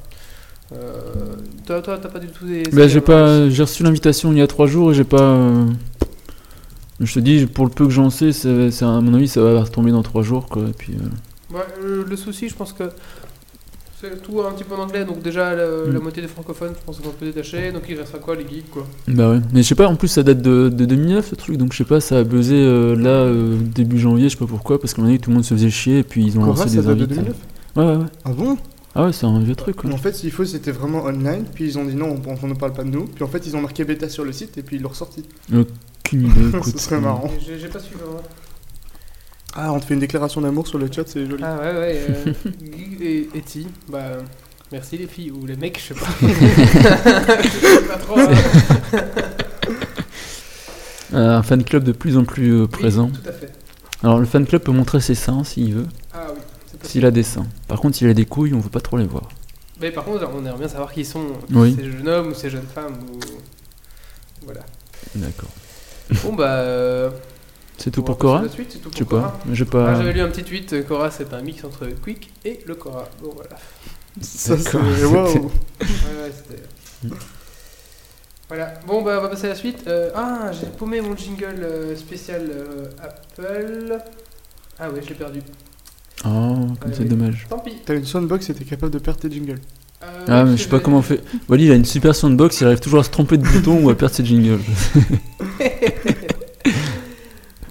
Euh, toi, toi, t'as pas du tout des. hein,
Bah, j'ai pas, j'ai reçu l'invitation il y a trois jours et j'ai pas. euh, Je te dis, pour le peu que j'en sais, c'est, c'est- à mon avis, ça va retomber dans trois jours quoi. Et puis, euh,
Ouais, euh, le souci, je pense que c'est tout un petit peu en anglais, donc déjà le-
Mm.
la moitié des francophones, je pense, sont un peu détachés, donc il restera quoi les geeks quoi
bah ouais. Mais je sais pas. En plus, ça date de, de 2009 ce truc, donc je sais pas. Ça a buzzé euh, là euh, début janvier, je sais pas pourquoi, parce qu'à mon avis, tout le monde se faisait chier et puis ils ont
Cora,
lancé
ça
des
date de
invites.
2009
ouais, ouais, ouais.
Ah bon
Ah ouais, c'est un vieux truc quoi.
Mais en fait, s'il faut, c'était vraiment online. Puis ils ont dit non, on, on ne parle pas de nous. Puis en fait, ils ont marqué bêta sur le site et puis ils l'ont ressorti.
Aucune idée, écoute. mm.
Ce serait marrant.
Et J'ai j'ai pas suivi. hein.
Ah, on te fait une déclaration d'amour sur le chat, c'est joli.
Ah ouais, ouais, euh, geek et Eti, bah merci les filles, ou les mecs, je sais pas. Je sais pas trop. hein.
Euh, un fan club de plus en plus euh, présent.
Oui, tout à fait.
Alors le fan club peut montrer ses seins s'il veut,
Ah oui, c'est possible.
s'il a des seins. Par contre, s'il a des couilles, on veut pas trop les voir.
Mais par contre, on aimerait bien savoir qui sont
Oui.
ces jeunes hommes ou ces jeunes femmes. Ou... Voilà.
D'accord.
Bon bah. euh,
C'est
on
tout
va
pour
passer à
Cora hein.
la suite, C'est tout
Je sais
pour Cora.
pas. J'ai
Ah,
pas.
J'avais lu un petit tweet, euh, Cora c'est un mix entre Quick et le Cora. Bon voilà.
Ça, c'est.
D'accord,
Waouh
c'était-
Ouais, ouais, c'était- voilà. Bon bah on va passer à la suite. Euh, ah j'ai paumé mon jingle euh, spécial euh, Apple. Ah ouais je l'ai perdu.
Oh,
Ah,
comme c'est
oui.
dommage.
Tant pis.
T'as une soundbox et t'es capable de perdre tes jingles.
Euh,
Ah, mais
parce
je sais
que
pas comment on fait. Wally, il a une super soundbox, il arrive toujours à se tromper de bouton ou à perdre ses jingles.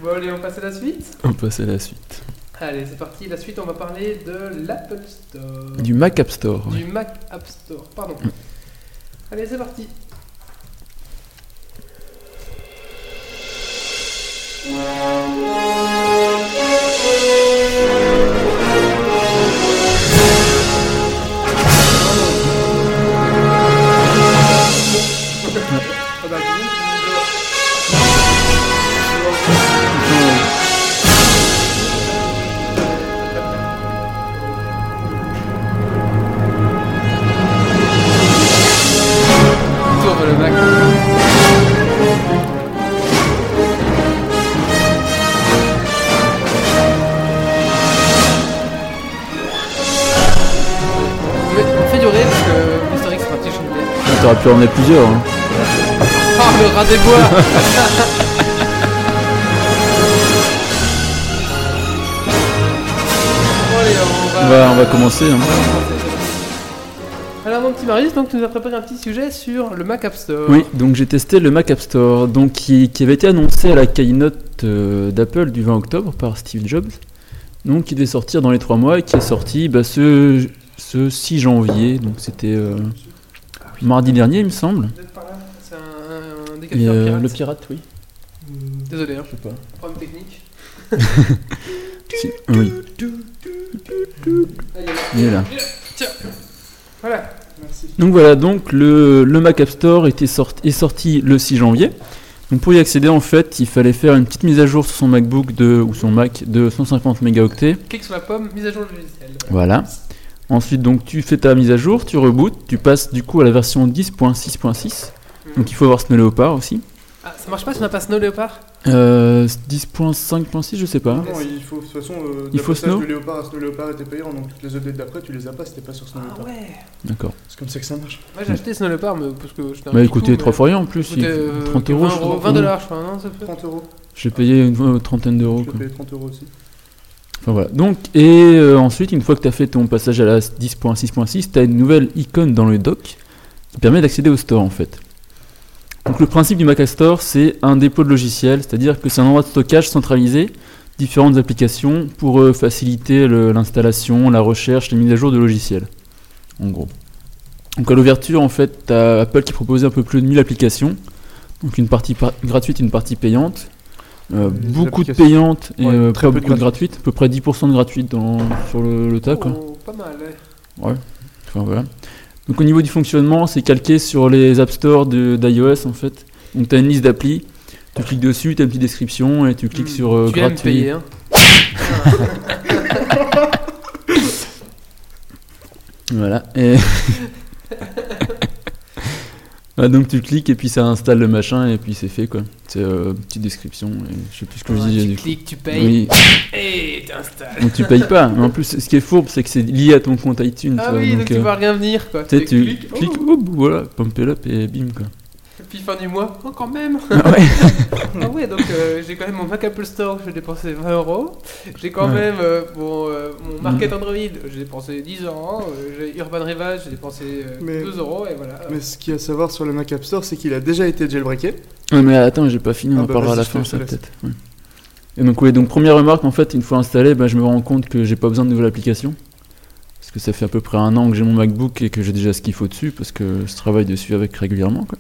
Bon allez on passe à la suite.
On passe à la suite.
Allez, c'est parti. La suite, on va parler de l'Apple Store.
Du Mac App Store.
Du Mac App Store, pardon. Allez, c'est parti. Ah bah, tourne le Mac. Mais fais durer parce que Mister X sera petit chez lui.
On Ah, t'aurais pu emmener plusieurs. hein.
Ah, le rat des bois Bon, allez,
On va, on va commencer. hein.
Euh, Alors mon petit Marius, donc tu nous as préparé un petit sujet sur le Mac App Store.
Oui, donc j'ai testé le Mac App Store, donc qui, qui avait été annoncé à la keynote euh, d'Apple du 20 octobre par Steve Jobs, donc qui devait sortir dans les trois mois et qui est sorti bah, ce, ce 6 janvier, donc c'était euh,
Ah
mardi dernier, il me semble.
Vous êtes par là C'est un, un
Et,
décapitateur
euh,
pirate.
le pirate, oui.
Désolé, hein,
Je sais pas.
problème technique.
Si- oui,
Ah, il est là.
il est là.
Voilà. Merci.
Donc voilà, donc le, le Mac App Store était sorti, est sorti le 6 janvier. Donc pour y accéder, en fait, il fallait faire une petite mise à jour sur son MacBook de, ou son Mac de 150 mégaoctets.
Clique sur la pomme, mise à jour du logiciel.
Voilà. Ensuite, donc tu fais ta mise à jour, tu rebootes, tu passes du coup à la version 10.6.6. Donc il faut avoir Snow Leopard aussi.
Ah, ça marche pas si on n'a pas Snow Leopard
Euh, 10.5.6, je sais pas.
Ah Non, il faut, de toute façon, euh,
Il faut
d'après ça,
Snow
de Léopard à Snow Leopard était payant, donc toutes les updates d'après, tu les as pas, c'était pas sur Snow Leopard.
ouais
D'accord.
C'est comme ça que ça marche.
Moi j'ai acheté Snow Leopard mais parce que j'étais un
Hmm. Bah
petit
il coûtait
fou,
3
mais-
fois rien en plus.
Coûtait,
il-
euh,
30 euros, je
20
crois. Hmm.
20 dollars, je crois, non, ça peut
30 euros,
J'ai payé une euh, trentaine d'euros.
je
quoi.
l'ai payé 30 euros aussi.
Enfin voilà. Donc, et euh, ensuite, une fois que tu as fait ton passage à la 10.6.6, tu as une nouvelle icône dans le dock qui permet d'accéder au store en fait. Donc le principe du Mac App Store, c'est un dépôt de logiciels, c'est-à-dire que c'est un endroit de stockage centralisé, différentes applications pour euh, faciliter le- l'installation, la recherche, les mises à jour de logiciels. En gros. Donc à l'ouverture, en fait, tu as Apple qui proposait un peu plus de 1000 applications, donc une partie par- gratuite, une partie payante. Euh,
Les
beaucoup de
applications-
payantes et
Ouais,
euh,
très
pas
peu de
beaucoup de gratuites, à peu près 10% de gratuites dans, sur le, le tas. quoi.
Oh, pas mal.
Euh,
ouais.
Enfin, voilà. Donc au niveau du fonctionnement, c'est calqué sur les App Store de- d'iOS en fait. Donc tu as une liste d'applis, tu cliques dessus, tu as une petite description et tu cliques
Hmm.
sur euh,
tu aimes
gratuit.
payer, hein.
Voilà. Et... Ah, donc tu cliques et puis ça installe le machin et puis c'est fait quoi. C'est euh, petite description et je sais plus ce que je
Ouais,
disais
Ah, tu
du coup.
cliques, tu payes,
Oui,
et t'installes.
donc tu payes pas. Mais en plus, ce qui est fourbe, c'est que c'est lié à ton compte iTunes.
Ah
tu vois,
oui, donc, tu
euh,
vas rien venir quoi.
tu sais, tu
cliques,
cliques, hop, voilà, pump it up et bim quoi.
oh, puis fin du mois, oh quand même
Ah ouais.
Ah ouais, donc euh, j'ai quand même mon Mac Apple Store, j'ai dépensé 20 euros. J'ai quand
Ouais. Mm.
même euh, mon, euh, mon Market Android, j'ai dépensé 10 euros. Euh, J'ai Urban Rivage, j'ai dépensé euh,
Mais-
2 euros et voilà.
Mais ce qu'il y a à savoir sur le Mac App Store, c'est qu'il a déjà été jailbreaké.
Ouais, mais attends, j'ai pas fini, on
Ah
en
bah
parlera à
vas-y,
la
je te
fin,
laisse,
ça
je te laisse.
peut-être. ouais. Et donc, ouais, donc première remarque, en fait, une fois installé, bah, je me rends compte que j'ai pas besoin de nouvelle application. Parce que ça fait à peu près un an que j'ai mon MacBook et que j'ai déjà ce qu'il faut dessus, parce que je travaille dessus avec régulièrement. quoi.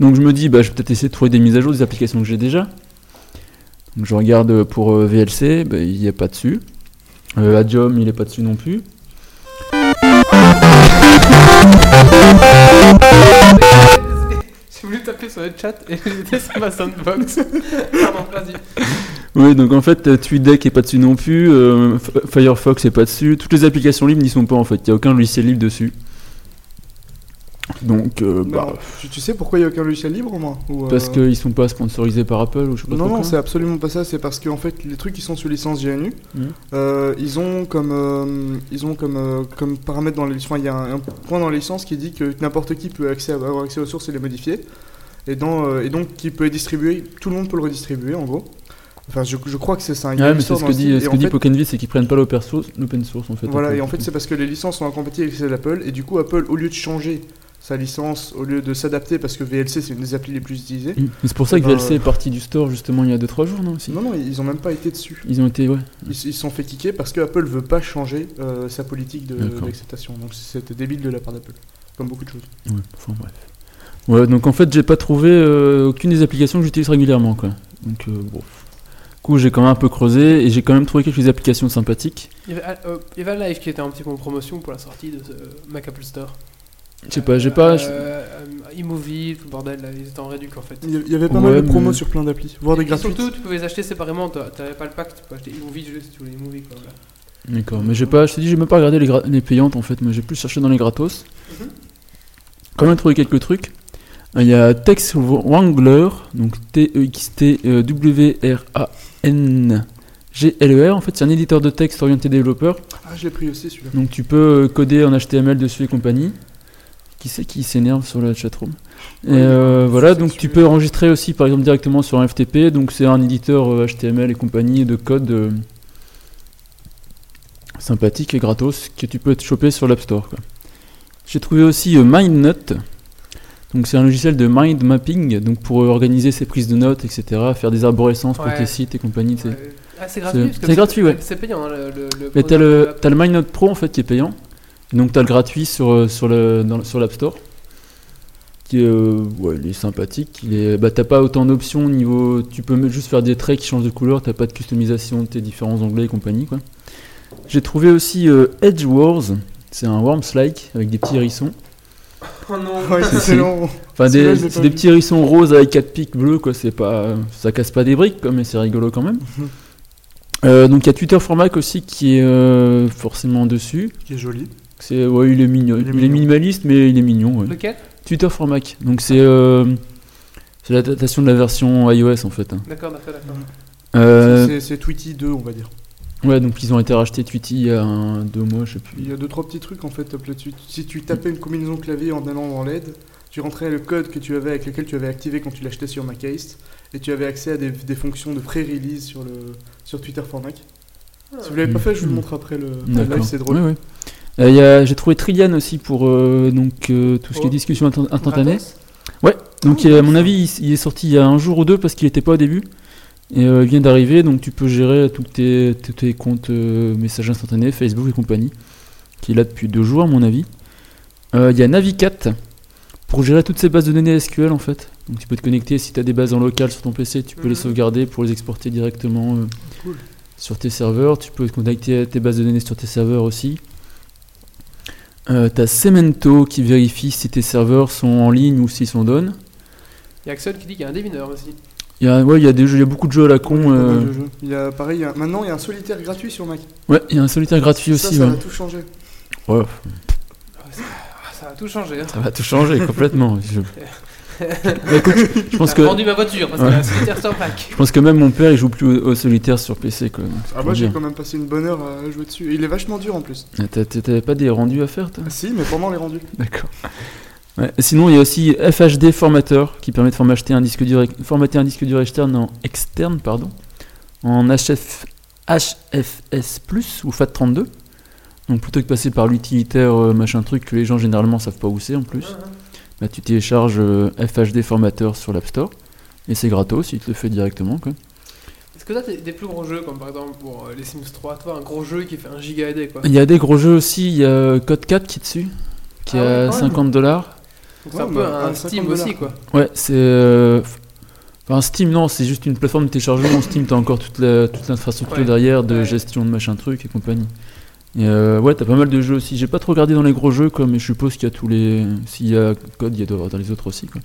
Donc je me dis, bah, je vais peut-être essayer de trouver des mises à jour des applications que j'ai déjà. Donc je regarde euh, pour euh, VLC, bah, il n'y est pas dessus. Euh, Adium, il est pas dessus non plus.
J'ai voulu taper sur le chat et j'étais sur ma soundbox. Pardon, vas-y.
Oui, donc en fait, euh, TweetDeck est pas dessus non plus, euh, F- Firefox est pas dessus, toutes les applications libres n'y sont pas en fait, il n'y a aucun logiciel libre dessus. Donc, euh,
Mais
bah,
alors, tu, tu sais pourquoi il n'y a aucun logiciel libre au moins Ou, euh,
parce qu'ils sont pas sponsorisés par Apple ou je sais pas
Non,
trop
non,
quoi.
c'est absolument pas ça. C'est parce que en fait, les trucs qui sont sous licence GNU,
Mhm.
euh, ils ont comme, euh, ils ont comme, euh, comme paramètre dans les licences. Il y a un, un point dans les licences qui dit que n'importe qui peut accès à- avoir accès aux sources et les modifier, et, dans, euh, et donc qui peut les distribuer. Tout le monde peut le redistribuer, en gros. Enfin, je, je crois que c'est ça. Il y a
Ouais,
une
mais c'est
histoire
ce
dans
que
le style.
dit,
hein. Et
ce
en
que dit
fait,
Pokenville, c'est qu'ils prennent pas l'open source, l'open source en fait.
Voilà,
Apple.
et en fait, c'est parce que les licences sont incompatibles avec celles d'Apple, et du coup, Apple, au lieu de changer sa licence au lieu de s'adapter parce que VLC c'est une des applis les plus utilisées.
Mais C'est pour ça que
Eh ben,
VLC est parti du store justement il y a 2-3 jours, non aussi
Non, non, ils ont même pas été dessus.
Ils ont été, ouais.
Ils ils se sont fait kicker parce que Apple veut pas changer euh, sa politique de-
D'accord.
d'acceptation. Donc c'était débile de la part d'Apple, comme beaucoup de choses.
Ouais, enfin bref. Ouais, donc en fait, j'ai pas trouvé euh, aucune des applications que j'utilise régulièrement, quoi. Donc, euh, bon. Du coup, j'ai quand même un peu creusé et j'ai quand même trouvé quelques applications sympathiques.
Il y avait, euh, il y avait Live qui était un petit peu en promotion pour la sortie de ce euh, Mac Apple Store.
Je sais pas, j'ai pas. je-
Euh, euh, iMovie, tout le bordel, là, ils étaient en réduc en fait.
Il y a- il y avait pas
Ouais,
mal de promos
mais-
sur plein d'applis, voire des
Et
gratuites.
surtout, tu pouvais les acheter séparément, t'a- t'avais pas le pack, tu pouvais acheter iMovie juste si tu voulais iMovie. Quoi, voilà.
D'accord, mais j'ai pas. Je te dis, j'ai même pas regardé les, gra- les payantes en fait, mais j'ai plus cherché dans les gratos.
Mhm.
Quand même trouvé quelques trucs. Euh, Il y a Text Wrangler, donc E euh, T-E-X-T-W-R-A-N-G-L-E-R. E En fait, c'est un éditeur de texte orienté développeur.
Ah, je l'ai pris aussi celui-là.
Donc tu peux euh, coder en HTML dessus et compagnie. Qui c'est qui s'énerve sur la chatroom Et
Ouais,
euh,
c'est
voilà,
ça
donc
que
tu
tu-
peux enregistrer aussi par exemple directement sur un FTP. Donc c'est un éditeur euh, HTML et compagnie de code euh, sympathique et gratos que tu peux te choper sur l'App Store. quoi. J'ai trouvé aussi euh, MindNote. Donc c'est un logiciel de mind mapping, donc pour euh, organiser ses prises de notes, etc., faire des arborescences pour
Ouais.
tes sites et compagnie. tu sais.
Ouais. Ah, c'est gratuit parce que
c'est gratuit, ouais.
C'est payant, hein, le. le, le
Mais
browser
t'as
de
le,
Apple.
t'as le MyNote Pro en fait qui est payant. Et donc t'as le gratuit sur, euh, sur, le, dans le- sur l'App Store. Qui est, euh, ouais, il est sympathique. Il est, bah, t'as pas autant d'options au niveau. Tu peux me- juste faire des traits qui changent de couleur. T'as pas de customisation de tes différents onglets et compagnie. Quoi. J'ai trouvé aussi euh, Edge Wars. C'est un Worms-like avec des petits hérissons.
Oh non
Ouais, c'est excellent.
Enfin,
Celui-là,
des,
je l'ai
c'est
pas
des
vu.
petits hérissons roses avec quatre pics bleus, quoi. C'est pas, ça casse pas des briques, quoi, mais c'est rigolo quand même. Euh, donc il y a Twitter Formac aussi qui est euh, forcément dessus.
Qui est joli.
C'est ouais, il est mignon. Il
Il
est,
est mignon.
minimaliste, mais il est mignon. ouais.
Lequel
Twitter for Mac. Donc c'est euh, c'est l'adaptation de la version iOS en fait. hein.
D'accord, bah, d'accord, d'accord.
Euh,
C'est- C'est Tweety 2, on va dire.
ouais, donc ils ont été rachetés Tweety il y a un, deux mois, je sais
Il
plus.
y a deux trois petits trucs en fait. le tu- Si tu tapais une combinaison clavier en allant dans l'aide, tu rentrais le code que tu avais avec lequel tu avais activé quand tu l'achetais sur MacAist et tu avais accès à des, des fonctions de pré-release sur le sur Twitter for Mac. Si vous l'avez pas fait, je vous le montre après le le
Hmm. D'accord.
live, c'est drôle.
Ouais, ouais. Euh, il y a- J'ai trouvé Trillian aussi pour euh, donc, euh, tout ce qui
Oh.
est discussion intan- instantanée.
Gratos
Donc il est- à mon avis, il s- il est sorti il y a un jour ou deux parce qu'il n'était pas au début. Et euh, il vient d'arriver, donc tu peux gérer tous tes, tous tes comptes euh, messages instantanés, Facebook et compagnie, qui est là depuis deux jours à mon avis. Euh, Il y a Navicat pour gérer toutes ces bases de données SQL en fait. Donc tu peux te connecter si tu as des bases en local sur ton PC, tu peux les
Mhm.
sauvegarder pour les exporter directement euh,
Cool.
sur tes serveurs. Tu peux te connecter à tes bases de données sur tes serveurs aussi. Euh, T'as Semento qui vérifie si tes serveurs sont en ligne ou s'ils sont down.
Il y a Axel qui dit qu'il y a un démineur aussi.
Il y a, ouais, il y a des jeux, il y a beaucoup de jeux à la con.
Pas
euh,
mal de jeux. Il y a pareil. il y a- Maintenant, il y a un solitaire gratuit sur Mac.
Ouais, il y a un solitaire gratuit
ça,
aussi.
ça
ouais.
va tout changer.
Ouais,
Ah, ça a tout changé. Hein.
ça va tout changer complètement. Je... Bah, écoute, je- je pense
T'as
que
vendu ma voiture parce que
Ouais.
la solitaire sur pack.
je pense que même mon père il joue plus au, au solitaire sur PC quoi. donc c'est
Ah
pour
moi, j'ai
dire.
quand même passé une bonne heure à jouer dessus. Et il est vachement dur en plus.
Ah, t'as- t'as- T'avais pas des rendus à faire toi
Ah, si, mais pendant les rendus.
D'accord. Ouais, Sinon il y a aussi FHD formateur qui permet de formater un disque dur, formater un disque dur externe en externe pardon en HF, HFS ou FAT32. Donc plutôt que de passer par l'utilitaire euh, machin truc que les gens généralement savent pas où c'est en plus. Bah, tu télécharges euh, FHD Formateur sur l'App Store et c'est gratos, il te le fait directement. Quoi.
Est-ce que t'as des, des plus gros jeux comme par exemple pour euh, les Sims 3 Toi, un gros jeu qui fait un giga AD quoi.
Il y a des gros jeux aussi, il y a Code 4 qui est dessus, qui est
Ah ouais,
à
quand même.
50 dollars.
Donc, c'est un
Ouais,
peu
bah,
un
un
Steam
50
aussi quoi.
Ouais, c'est. euh, f- Enfin, Steam, non, c'est juste une plateforme de téléchargement. Steam, t'as encore toute la- toute l'infrastructure
Ouais.
derrière de
Ouais.
gestion de machin truc et compagnie. Et euh, ouais, t'as pas mal de jeux aussi. J'ai pas trop regardé dans les gros jeux, quoi, mais je suppose qu'il y a tous les. S'il y a Code, il y a doit y avoir dans les autres aussi. Quoi.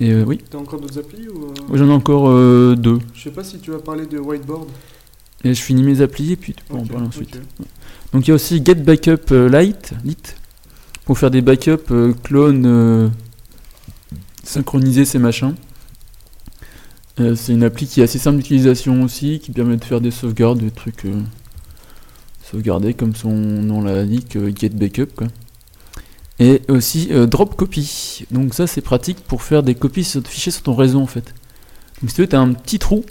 Et euh, oui,
T'as encore d'autres applis ou euh,
Ouais, j'en ai encore euh, deux.
Je sais pas si tu vas parler de whiteboard.
Et je finis mes applis et puis tu peux en
Ok,
parler ensuite.
ok.
Donc il y a aussi Get Backup euh, Lite, Lite, pour faire des backups euh, clones, euh, synchroniser ces machins. Euh, c'est une appli qui est assez simple d'utilisation aussi, qui permet de faire des sauvegardes, des trucs euh, sauvegardés comme son nom l'indique, euh, Get Backup quoi. Et aussi euh, Drop Copy. Donc ça c'est pratique pour faire des copies sur- de fichiers sur ton réseau en fait. Donc si tu veux, t'as un petit trou,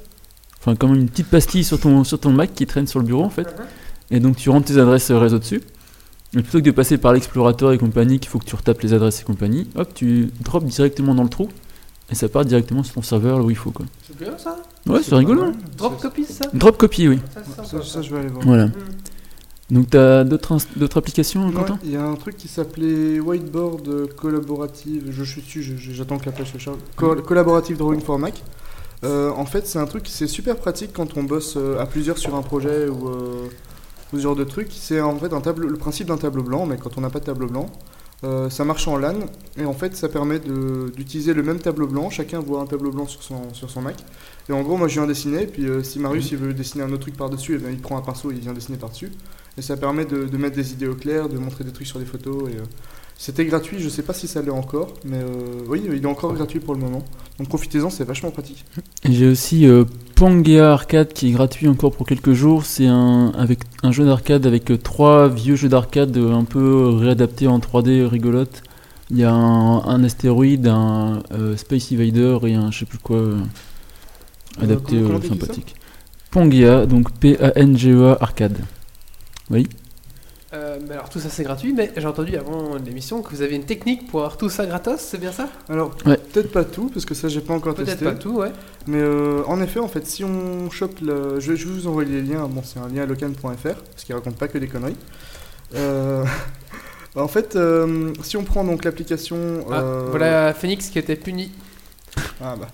enfin comme une petite pastille sur ton, sur ton Mac qui traîne sur le bureau en fait. Et donc tu rentres tes adresses réseau dessus. Mais plutôt que de passer par l'explorateur et compagnie, qu'il faut que tu retapes les adresses et compagnie, hop, tu drops directement dans le trou et ça part directement sur ton serveur là où il faut quoi.
C'est bien ça
Ouais, c'est rigolo. hein.
Drop copies ça
Drop copy, oui.
Ça, c'est sympa,
Ça,
ça.
ça, je vais aller voir.
Voilà.
Hmm.
Donc t'as d'autres ins- d'autres applications,
Ouais,
Quentin
Il y a un truc qui s'appelait Whiteboard Collaborative, je suis dessus, je- je- j'attends que la page se charge. Col- collaborative Drawing for Mac. Euh, en fait, c'est un truc, c'est super pratique quand on bosse euh, à plusieurs sur un projet ou, euh, ou ce genre de truc. C'est en fait un tableau, le principe d'un tableau blanc, mais quand on n'a pas de tableau blanc, euh, ça marche en LAN et en fait, ça permet de- d'utiliser le même tableau blanc. Chacun voit un tableau blanc sur son, sur son Mac. Et en gros, moi, je viens dessiner. Puis, euh, si Marius il veut dessiner un autre truc par-dessus, eh ben, il prend un pinceau et il vient dessiner par-dessus. Et ça permet de, de mettre des idées au clair, de montrer des trucs sur des photos. Et, euh, c'était gratuit, je sais pas si ça l'est encore, mais euh, oui, il est encore gratuit pour le moment. Donc profitez-en, c'est vachement pratique.
Et J'ai aussi euh, Pangea Arcade qui est gratuit encore pour quelques jours. C'est un, avec, un jeu d'arcade avec euh, trois vieux jeux d'arcade euh, un peu réadaptés en 3D rigolote. Il y a un, un astéroïde, un euh, Space Invader et un je sais plus quoi euh, adapté
comment- comment
euh,
t'écris ça
sympathique. Pangea, donc P-A-N-G-E-A E Arcade.
Euh, mais alors tout ça c'est gratuit, mais j'ai entendu avant l'émission que vous avez une technique pour avoir tout ça gratos, c'est bien ça
Alors,
Ouais.
peut-être pas tout, parce que ça, j'ai pas encore
Peut-être
testé.
pas tout, ouais.
Mais euh, en effet, en fait, si on chope le. Je vais, je vais vous envoyer les liens. Bon, c'est un lien à locan.fr, parce qu'il raconte pas que des conneries. Euh, en fait, euh, si on prend donc l'application.
Ah,
euh,
Voilà Phoenix qui était puni.
Ah bah.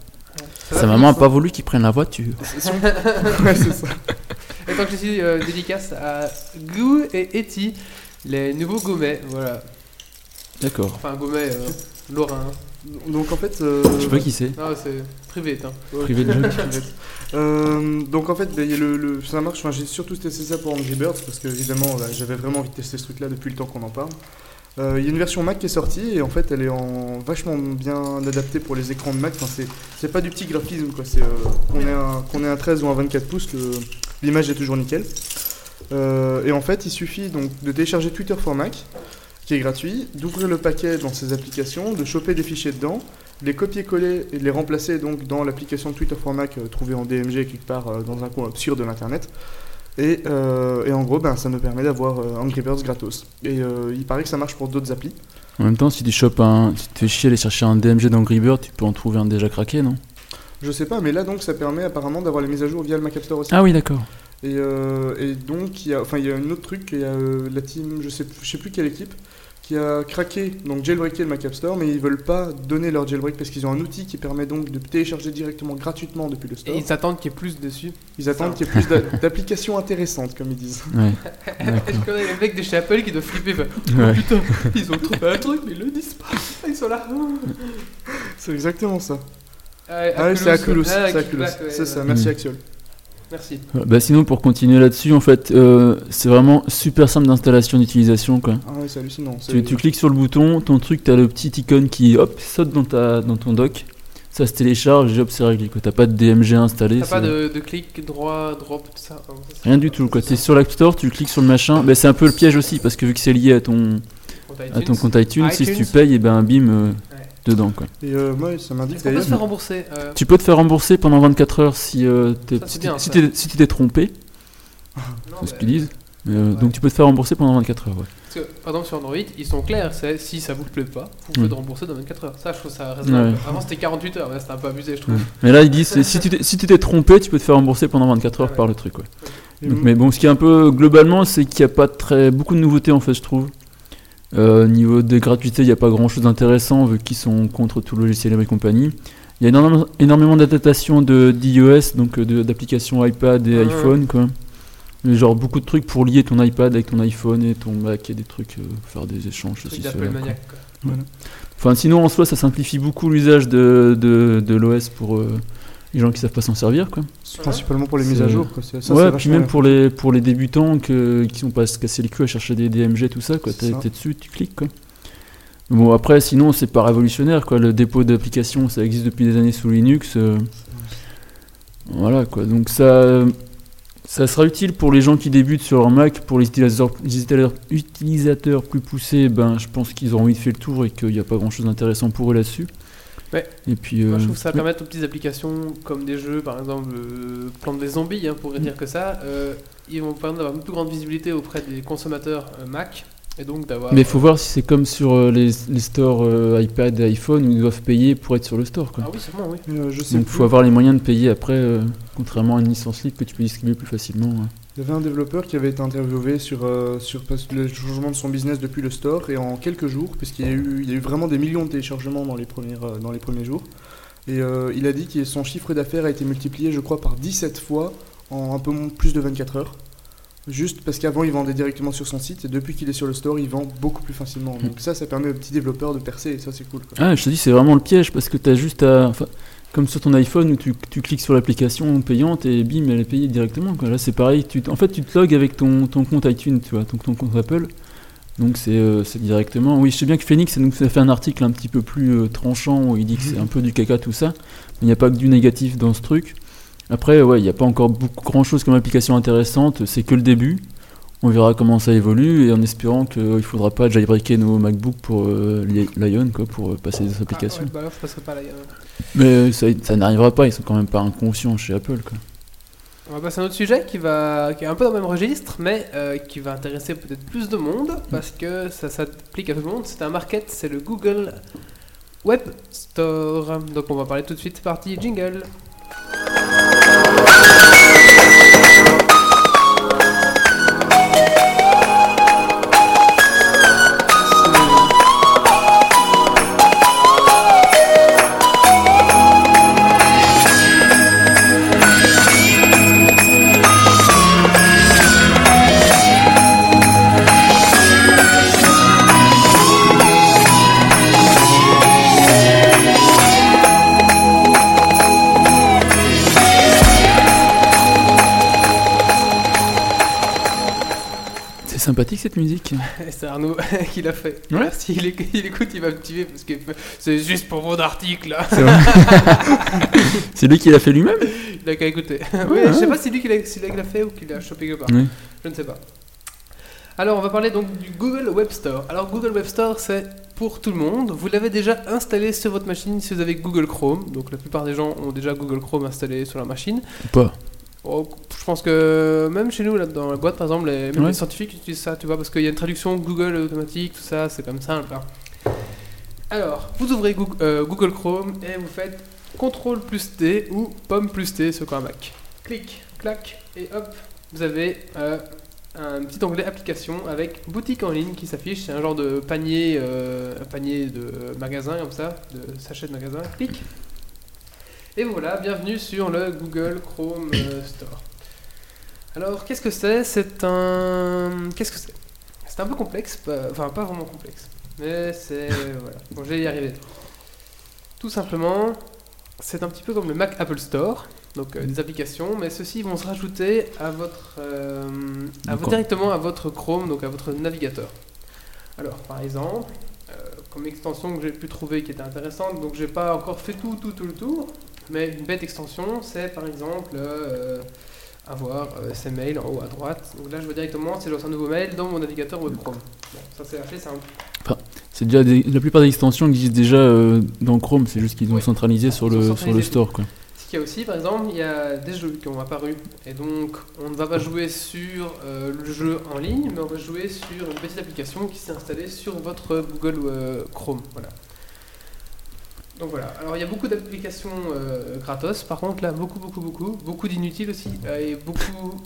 va,
Sa maman a pas voulu qu'il prenne la voiture.
ouais, c'est ça.
Et tant que je suis euh, dédicace à Goo et Eti, les nouveaux gommets, voilà.
D'accord.
Enfin gommets, euh, lorrain.
Donc en fait. euh,
Je sais pas qui c'est.
Non, Ah, c'est privé, hein.
Privé de jeu.
Euh, donc en fait, ben, il y a le, le- ça marche. Enfin, j'ai surtout testé ça pour Angry Birds parce que évidemment, là, j'avais vraiment envie de tester ce truc-là depuis le temps qu'on en parle. Euh, Il y a une version Mac qui est sortie et en fait, elle est en vachement bien adaptée pour les écrans de Mac. Enfin, c'est, c'est pas du petit graphisme quoi. C'est euh, qu'on ait un qu'on ait un 13 ou un 24 pouces, le- l'image est toujours nickel. Euh, et en fait, il suffit donc de télécharger Twitter for Mac, qui est gratuit, d'ouvrir le paquet dans ses applications, de choper des fichiers dedans de les copier-coller et de les remplacer donc dans l'application de Twitter for Mac euh, trouvée en DMG quelque part euh, dans un coin obscur de l'internet. Et, euh, et en gros, ben, ça me permet d'avoir euh, Angry Birds gratos. Et euh, il paraît que ça marche pour d'autres applis.
En même temps, si tu chopes un. Si tu te fais chier aller chercher un DMG d'Angry Bird, tu peux en trouver un déjà craqué, non
Je sais pas, mais là donc ça permet apparemment d'avoir les mises à jour via le Mac App Store aussi.
Ah oui, d'accord.
Et, euh, et donc, il y a, enfin, il y a un autre truc, il y a euh, la team, je sais, plus- je sais plus quelle équipe, qui a craqué, donc jailbreaké le Mac App Store, mais ils veulent pas donner leur jailbreak parce qu'ils ont un outil qui permet donc de télécharger directement gratuitement depuis le store.
Et ils s'attendent qu'il y ait plus dessus.
Ils attendent qu'il y ait plus d'a- d'applications intéressantes, comme ils disent.
Ouais.
Je connais les mecs de chez Apple qui doivent flipper. bah,
Ouais.
Putain, ils ont trouvé un truc, mais ils le disent pas. Ah, Ils sont
Ah
là.
C'est exactement ça.
Ah,
Ah oui, c'est Aculus.
Aculus. Ah,
C'est Aculus.
Kickback, ouais,
C'est ça,
ouais.
merci
Mm.
Axiol.
Merci.
Voilà. Bah sinon pour continuer là-dessus en fait euh, c'est vraiment super simple d'installation d'utilisation quoi.
Ah ouais, c'est hallucinant. c'est-
Tu, tu cliques sur le bouton, ton truc t'as le petit icône qui hop saute dans ta dans ton dock, ça se télécharge et hop c'est réglé quoi. T'as pas de DMG installé,
T'as pas
c'est-
de, de clic droit, drop, tout ça. hein, ça, c'est-
rien du tout quoi. T'es sur l'App Store, tu cliques sur le machin, bah c'est un peu le piège aussi parce que vu que c'est lié à ton
Compte
à ton
iTunes.
compte iTunes, si
iTunes.
tu payes et ben bim euh, dedans quoi.
Et euh, moi, ça m'indique
Est-ce qu'on peut
d'ailleurs.
se faire rembourser euh,
Tu peux te faire rembourser pendant 24 heures si euh, t'es-
Ça, c'est
si
bien,
t'es si
ça.
t'es- si tu t'es trompé,
non, bah,
c'est ce
mais-
qu'ils disent. Mais, euh,
Ouais.
Donc tu peux te faire rembourser pendant 24 heures. ouais.
Parce que, par exemple, sur Android, ils sont clairs, c'est si ça vous plaît pas, vous pouvez
Mm.
rembourser dans 24 heures. Ça, je trouve ça raisonnable.
Ouais. Mm.
Avant, c'était 48 heures, mais là, c'était un peu abusé, je trouve.
Mais là, ils disent c'est- si tu t'es si tu t'es trompé, tu peux te faire rembourser pendant 24 heures par le truc. ouais.
Et
Donc,
m-
mais bon, ce qui est un peu globalement, c'est qu'il n'y a pas très beaucoup de nouveautés en fait, je trouve. Euh, niveau des gratuités, il n'y a pas grand chose d'intéressant vu qu'ils sont contre tout logiciel et compagnie. Il y a énorme- énormément d'adaptations de d'iOS, donc euh, de- d'applications iPad et
Ah Ouais,
iPhone, quoi. Mais Genre beaucoup de trucs pour lier ton iPad avec ton iPhone et ton Mac et des trucs, euh, faire des échanges.
Truc
ceci,
d'Apple
cela, quoi.
maniaque, quoi.
Enfin, sinon, en soi, ça simplifie beaucoup l'usage de, de, de l'OS pour euh, les gens qui savent pas s'en servir. Quoi.
c'est Principalement pour les mises à
C'est-
jour. Quoi. c'est- Ça,
ouais,
c'est
puis
vachement
même
bien.
pour les, pour les débutants que, qui sont pas à se casser les culs à chercher des DMG, tout ça, quoi.
C'est
T'es
ça.
t'es dessus, tu cliques, quoi. Bon, après, sinon, c'est pas révolutionnaire, quoi. Le dépôt d'applications, ça existe depuis des années sous Linux. euh, Voilà, quoi. Donc, ça. Ça sera utile pour les gens qui débutent sur leur Mac, pour les utilisateurs, les utilisateurs- utilisateurs plus poussés, ben, je pense qu'ils auront envie de faire le tour et qu'il n'y a pas grand chose d'intéressant pour eux là-dessus.
Ouais.
Et puis,
Moi, je
euh,
trouve que ça va
oui.
permettre aux petites applications comme des jeux, par exemple, euh, Plante des
Mm.
zombies, hein, pour dire que ça, euh, ils vont permettre d'avoir une plus grande visibilité auprès des consommateurs euh, Mac. Et donc d'avoir.
Mais il faut voir si c'est comme sur euh, les, les stores euh, iPad et iPhone où ils doivent payer pour être sur le store. Quoi.
Ah oui, sûrement, oui.
Euh, je sais
Donc il
plus.
faut avoir les moyens de payer après, euh, contrairement à une licence libre que tu peux distribuer plus facilement. ouais.
Il y avait un développeur qui avait été interviewé sur, euh, sur parce que le changement de son business depuis le store et en quelques jours, puisqu'il y, a eu- il y a eu vraiment des millions de téléchargements dans les, premières, euh, dans les premiers jours. Et euh, il a dit que son chiffre d'affaires a été multiplié, je crois, par 17 fois en un peu moins- plus de 24 heures. Juste parce qu'avant, il vendait directement sur son site et depuis qu'il est sur le store, il vend beaucoup plus facilement. Donc ça, ça permet aux petits développeurs de percer et ça, c'est cool. quoi.
Ah, je te dis, c'est vraiment le piège parce que tu as juste à. enfin, comme sur ton iPhone où tu, tu cliques sur l'application payante et bim, elle est payée directement. Quoi. Là, c'est pareil. Tu, t- en fait, tu te logs avec ton, ton compte iTunes, tu vois, ton, ton compte Apple. Donc, c'est euh, c'est directement. Oui, je sais bien que Phoenix ça nous a fait un article un petit peu plus euh, tranchant où il dit
Mhm.
que c'est un peu du caca tout ça. Mais Il n'y a pas que du négatif dans ce truc. Après, ouais, il n'y a pas encore beaucoup, grand chose comme application intéressante. C'est que le début. On verra comment ça évolue et en espérant qu'il ne faudra pas jailbreaker nos MacBook pour euh, li- Lion, quoi, pour euh, passer des applications.
Ah, ouais, bah alors, je passerai pas là. euh.
Mais euh, ça, ça n'arrivera pas, ils sont quand même pas inconscients chez Apple. Quoi.
On va passer à un autre sujet qui, va, qui est un peu dans le même registre, mais euh, qui va intéresser peut-être plus de monde, parce que ça s'applique à tout le monde. C'est un market, c'est le Google Web Store. Donc on va parler tout de suite, c'est parti, jingle.
C'est sympathique cette musique.
Et C'est Arnaud qui l'a fait.
Ouais.
Merci, il éc- il écoute, il va me tuer, parce que c'est juste pour mon article.
C'est lui qui l'a fait lui-même
Il a qu'à écouter. Ouais,
Ouais,
Je sais
ouais.
pas si lui qui l'a s'il l'a fait ou qu'il l'a chopé quelque part.
Oui.
Je ne sais pas. Alors, on va parler donc du Google Web Store. Alors, Google Web Store, c'est pour tout le monde. Vous l'avez déjà installé sur votre machine si vous avez Google Chrome. Donc, la plupart des gens ont déjà Google Chrome installé sur leur machine.
Ou Pas.
Oh, je pense que même chez nous, là, dans la boîte, par exemple, les, même
Ouais.
les scientifiques utilisent ça, tu vois, parce qu'il y a une traduction Google automatique, tout ça, c'est comme ça. hein. Alors, vous ouvrez Goog- euh, Google, Chrome et vous faites CTRL plus T ou POM plus T sur un Mac. Clic, clac, et hop, vous avez euh, un petit onglet application avec boutique en ligne qui s'affiche. C'est un genre de panier, euh, un panier de magasin comme ça, de sachet de magasin. Clic. Et voilà, bienvenue sur le Google Chrome euh, Store. Alors, qu'est-ce que c'est C'est un. Qu'est-ce que c'est C'est un peu complexe, pas- enfin pas vraiment complexe, mais c'est voilà. Bon, j'ai y arriver. Tout simplement, c'est un petit peu comme le Mac Apple Store, donc euh, des applications, mais ceux-ci vont se rajouter à votre, euh, à votre
D'accord.
directement à votre Chrome, donc à votre navigateur. Alors, par exemple, euh, comme extension que j'ai pu trouver qui était intéressante, donc j'ai pas encore fait tout, tout, tout le tour, mais une bête extension, c'est par exemple euh, avoir euh, ses mails en haut à droite. Donc là, je vois directement si je reçois un nouveau mail dans mon navigateur web Chrome. Bon, ça c'est assez simple.
C'est déjà des- la plupart des extensions existent déjà euh, dans Chrome, c'est juste qu'ils ont
Ouais.
centralisé sur
Ils ont
le, sur
centralisé
le
tout.
store. Quoi.
Ce qu'il y a aussi, par exemple, il y a des jeux qui ont apparu. Et donc, on ne va pas jouer sur euh, le jeu en ligne, mais on va jouer sur une petite application qui s'est installée sur votre Google euh, Chrome. Voilà. Donc voilà. Alors, il y a beaucoup d'applications euh, gratos, par contre, là, beaucoup, beaucoup, beaucoup. Beaucoup d'inutiles aussi. euh, Et beaucoup.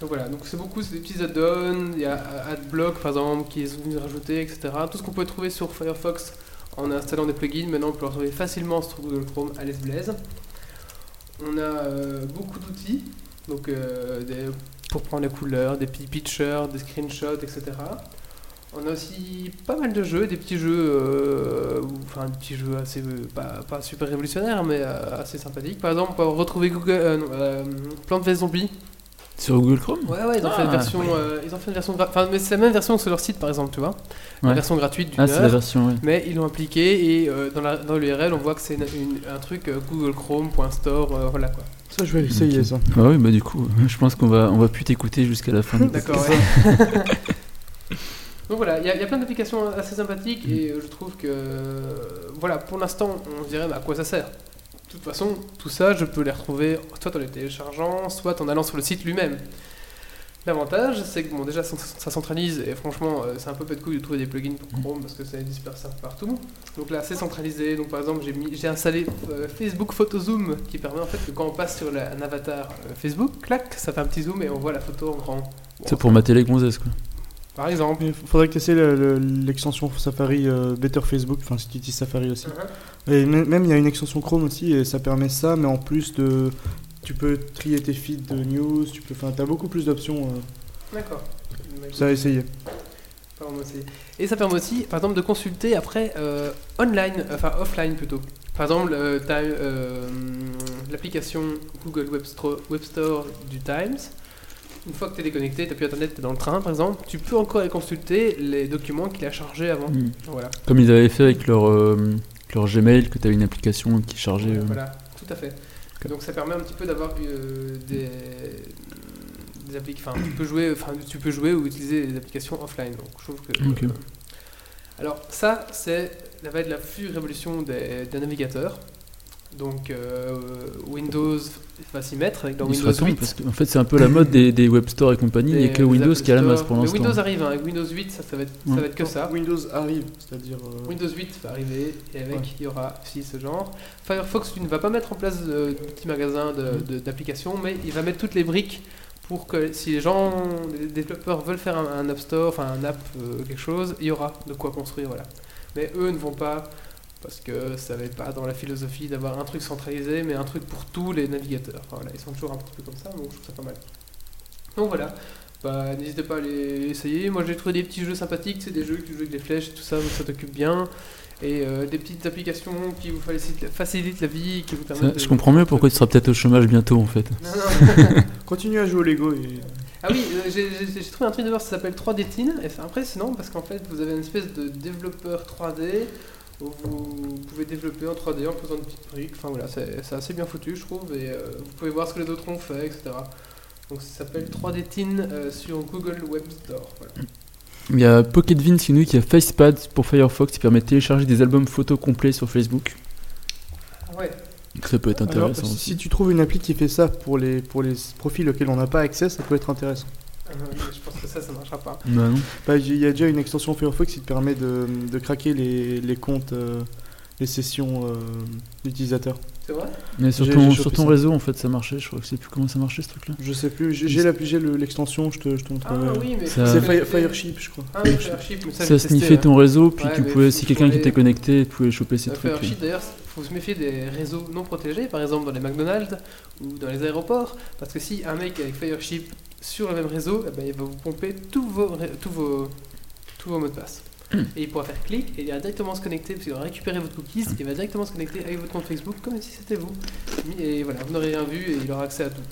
Donc voilà, donc c'est beaucoup, c'est des petits add-ons, il y a euh, AdBlock par exemple qui est venu rajouter, etc. Tout ce qu'on peut trouver sur Firefox en installant des plugins, maintenant on peut le retrouver facilement sur Google Chrome à l'aise Blaise. On a euh, beaucoup d'outils, donc euh, des- pour prendre les couleurs, des petits pictures, des screenshots, etc. On a aussi pas mal de jeux, des petits jeux, euh, ou- enfin des petits jeux assez euh, pas, pas super révolutionnaires, mais euh, assez sympathiques. Par exemple, on peut retrouver Google euh, non, euh, Plante vs Zombies.
Sur Google Chrome
Ouais, ouais, ils ont
Ah,
fait une version,
ouais.
euh, ils ont fait une version, gra- enfin, mais c'est la même version sur leur site par exemple, tu vois, la
Ouais.
version gratuite d'une
Ah, c'est la
heure.
version, ouais.
Mais ils l'ont appliqué et euh, dans, la, dans l'URL, on voit que c'est une- une- un truc euh, Google Chrome.store, euh, voilà quoi.
Ça, je vais essayer
Ok.
ça.
Ah oui, bah du coup, je pense qu'on va, on va plus t'écouter jusqu'à la fin. du-
D'accord, ouais. Donc voilà, il y, a- il y a plein d'applications assez sympathiques et euh, je trouve que, euh, voilà, pour l'instant, on se dirait, bah, à quoi ça sert De toute façon, tout ça, je peux les retrouver soit en les téléchargeant, soit en allant sur le site lui-même. L'avantage, c'est que bon, déjà ça, ça centralise et franchement euh, c'est un peu peu de couilles de trouver des plugins pour Chrome parce que ça disperse un peu partout. Donc là c'est centralisé. Donc par exemple j'ai mis- j'ai installé euh, Facebook Photo Zoom qui permet en fait que quand on passe sur la- un avatar euh, Facebook, clac, ça fait un petit zoom et on voit la photo en grand. Bon,
C'est pour ma télé gonzesse, quoi.
Par exemple.
Il faudrait que tu essaies le- le- l'extension Safari euh, Better Facebook, enfin si tu utilises Safari
Uh-huh.
aussi. Et mê- même il y a une extension Chrome aussi et ça permet ça, mais en plus de, tu peux trier tes feeds de news, tu peux, enfin t'as beaucoup plus d'options. euh,
D'accord.
ça à essayer.
Pardon, moi, c'est- Et ça permet aussi, par exemple, de consulter après euh, online, enfin offline plutôt. Par exemple, euh, t'as, euh, l'application Google Web Store, Web Store du Times. Une fois que tu es déconnecté, tu plus Internet, tu dans le train par exemple, tu peux encore aller consulter les documents qu'il a chargés avant.
Mm.
Voilà.
Comme ils avaient fait avec leur, euh, leur Gmail, que tu une application qui chargeait. euh,
Voilà, tout à fait. Donc ça permet un petit peu d'avoir euh, des, des appli- Enfin, tu peux jouer, enfin, tu peux jouer ou utiliser les applications offline. Donc je trouve que.
Ok.
euh, alors ça, c'est la va être la future révolution des, des navigateurs. Donc euh, Windows va s'y mettre avec dans
il
Windows
serait temps,
8.
parce qu'en fait, c'est un peu la mode des, des web stores et compagnie. Il n'y a
des-
que
des
Windows
Apple
qui a la masse
Store.
pour
Mais
l'instant.
Windows arrive hein, avec Windows 8, ça, ça va être, ça
Ouais.
va être que ça.
Windows arrive, c'est-à-dire. euh,
Windows 8 va arriver et avec
Ouais.
il y aura aussi ce genre. Firefox tu ne va pas mettre en place euh, de petits magasins
Mm.
de- de- d'applications, mais il va mettre toutes les briques pour que si les gens, les développeurs veulent faire un, un App Store, enfin un app euh, quelque chose, il y aura de quoi construire, voilà. Mais eux ne vont pas parce que ça va être pas dans la philosophie d'avoir un truc centralisé, mais un truc pour tous les navigateurs. Enfin, voilà, ils sont toujours un petit peu comme ça, donc je trouve ça pas mal. Donc voilà. Bah, n'hésitez pas à les essayer. Moi, j'ai trouvé des petits jeux sympathiques. C'est des jeux que tu joues avec des flèches et tout ça, donc ça t'occupe bien. Et euh, des petites applications qui vous facilitent, facilitent la vie, qui vous
Ça,
permettent. de-
je comprends mieux pourquoi tu seras peut-être au chômage bientôt, en fait.
Non, non.
Continue à jouer au Lego et.
ah oui, euh, j'ai- j'ai j'ai trouvé un truc d'abord, ça s'appelle 3D Teen. Et c'est impressionnant parce qu'en fait, vous avez une espèce de développeur 3D où vous pouvez développer en 3D en faisant des petites briques. Enfin voilà, c'est c'est assez bien foutu, je trouve. Et euh, vous pouvez voir ce que les autres ont fait, etc. Donc ça s'appelle 3D Teen euh, sur Google Web Store. Voilà.
Il y a Pocket Vin qui nous dit qu'il y a Facepad pour Firefox qui permet de télécharger des albums photos complets sur Facebook.
Ouais.
Donc ça peut être
Alors,
intéressant
si,
aussi.
si tu trouves une appli qui fait ça pour les pour les profils auxquels on n'a pas accès, ça peut être intéressant.
Ah non, mais je pense que ça, ça marchera pas.
Bah non.
Bah, Il y a déjà une extension Firefox qui te permet de, de craquer les, les comptes, euh, les sessions euh, d'utilisateurs.
C'est vrai
Mais sur
J'ai-
ton,
j'ai
sur
chopé
ton
ça.
réseau, en fait, ça marchait. Je crois que je sais plus comment ça marchait ce truc-là.
Je sais plus, j'ai j'ai l'appli, j'ai le- l'extension, je te, je te
Ah
montrerai.
oui, mais.
Ça-
C'est
Fire-
Fire- Fireship, je crois.
Ah oui, Fireship, mais ça,
Ça
j'ai testé,
sniffait
hein.
ton réseau, puis
Ouais,
tu
mais faut-
pouvais, si quelqu'un qui
faut
était
aller-
connecté, pouvait choper ces
Euh,
trucs.
Fireship, d'ailleurs, faut se méfier des réseaux non protégés, par exemple dans les McDonald's ou dans les aéroports, parce que si un mec avec Fireship sur le même réseau, eh ben, il va vous pomper tous vos, ré- tous vos, tous vos mots de passe.
Hmm.
Et il pourra faire clic et il va directement se connecter, parce qu'il va récupérer votre cookies,
Hmm.
et il va directement se connecter avec votre compte Facebook comme si c'était vous. Et voilà, vous n'aurez rien vu et il aura accès à tout.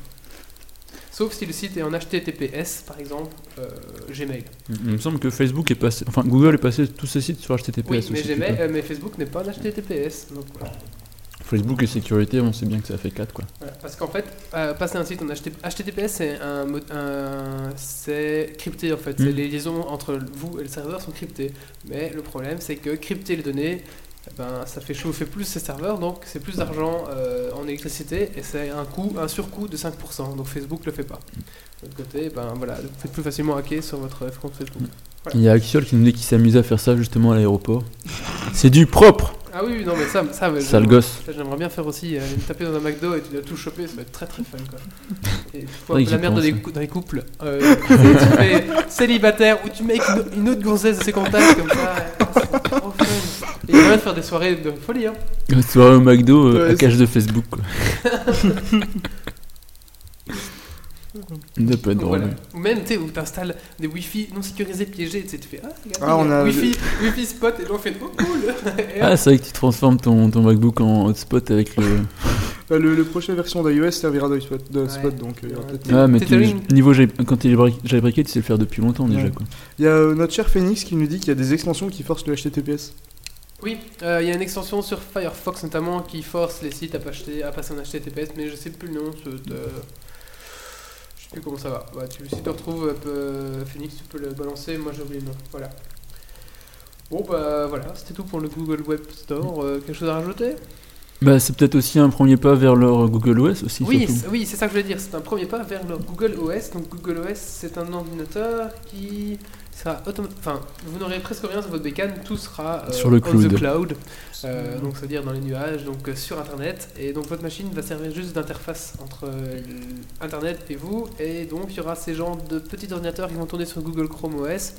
Sauf si le site est en HTTPS, par exemple, euh, Gmail.
Il me semble que Facebook est passé, enfin Google est passé tous ces sites sur HTTPS.
Oui,
aussi,
mais,
tu
Gmail,
peux.
euh, mais Facebook n'est pas en HTTPS. Donc voilà.
Facebook et sécurité, on sait bien que ça fait 4 quoi.
Voilà, Parce qu'en fait, euh, passer un site en HTTP HTTPS, c'est un, mo- un- c'est crypté en fait. C'est
Mm.
Les liaisons entre vous et le serveur sont cryptées. Mais le problème, c'est que crypter les données, eh ben, ça fait chauffer plus ces serveurs, donc c'est plus d'argent euh, en électricité et c'est un coût, un surcoût de 5%. Donc Facebook le fait pas. De l'autre côté, ben voilà, vous faites plus facilement hacker sur votre compte Facebook.
Il y a Axiol qui nous dit qu'il s'amuse à faire ça justement à l'aéroport. C'est du propre,
Ah oui, oui, non mais ça, ça, ouais,
sale
je-
gosse.
Ça, J'aimerais bien faire aussi, aller me taper dans un McDo et tu dois tout choper, ça va être très très fun quoi. Et tu vois un
Ouais,
peu la merde
j'y
dans
pense,
les,
ouais.
cou- dans les couples, euh, tu fais célibataire ou tu mets avec une, une autre gonzesse de ses contacts comme ça, Ah, c'est trop fun. Et il y a moyen de faire des soirées de folie hein.
Une soirée au McDo euh,
Ouais,
à cache de Facebook quoi. Ça peut être
Donc,
drôle.
voilà.
ouais.
Ou même tu sais, où t'installes des wifi non sécurisés piégés, tu sais, tu fais ah, regarde,
Ah, on
il y
a
wifi, wifi spot et l'on fait oh cool Et hop,
Ah, c'est vrai que tu transformes ton, ton MacBook en hotspot avec le.
Bah, le, le prochain version d'iOS servira d'hotspot, d'hotspot,
Ouais.
donc euh, il y aura
Ouais.
peut-être-
Ah.
Ouais, mais
t'es
tu-
allé-
niveau j'ai- quand il est bri- jailbreaké, tu sais le faire depuis longtemps déjà
Ouais.
quoi.
Il y a euh, notre cher Phoenix qui nous dit qu'il y a des extensions qui forcent le HTTPS.
Ah, Oui, euh, il y a une extension sur Firefox notamment qui force les sites à, pas acheter- à passer en HTTPS, mais je sais plus le nom. ce- de- Je sais plus comment ça va. Bah, tu, si tu retrouves euh, Phoenix, tu peux le balancer. Moi, j'ai oublié le nom. Voilà. Bon, bah voilà, c'était tout pour le Google Web Store. Euh, quelque chose à rajouter
Bah, c'est peut-être aussi un premier pas vers leur Google OS aussi.
Oui,
surtout.
c'est- oui, c'est ça que je voulais dire. C'est un premier pas vers le Google OS. Donc Google OS, c'est un ordinateur qui sera automatique. Enfin, vous n'aurez presque rien sur votre bécane, tout sera euh,
Sur le
on
cloud.
the cloud. Euh, donc ça veut dire dans les nuages, donc euh, sur Internet. Et donc votre machine va servir juste d'interface entre euh, Internet et vous. Et donc il y aura ces genres de petits ordinateurs qui vont tourner sur Google Chrome OS.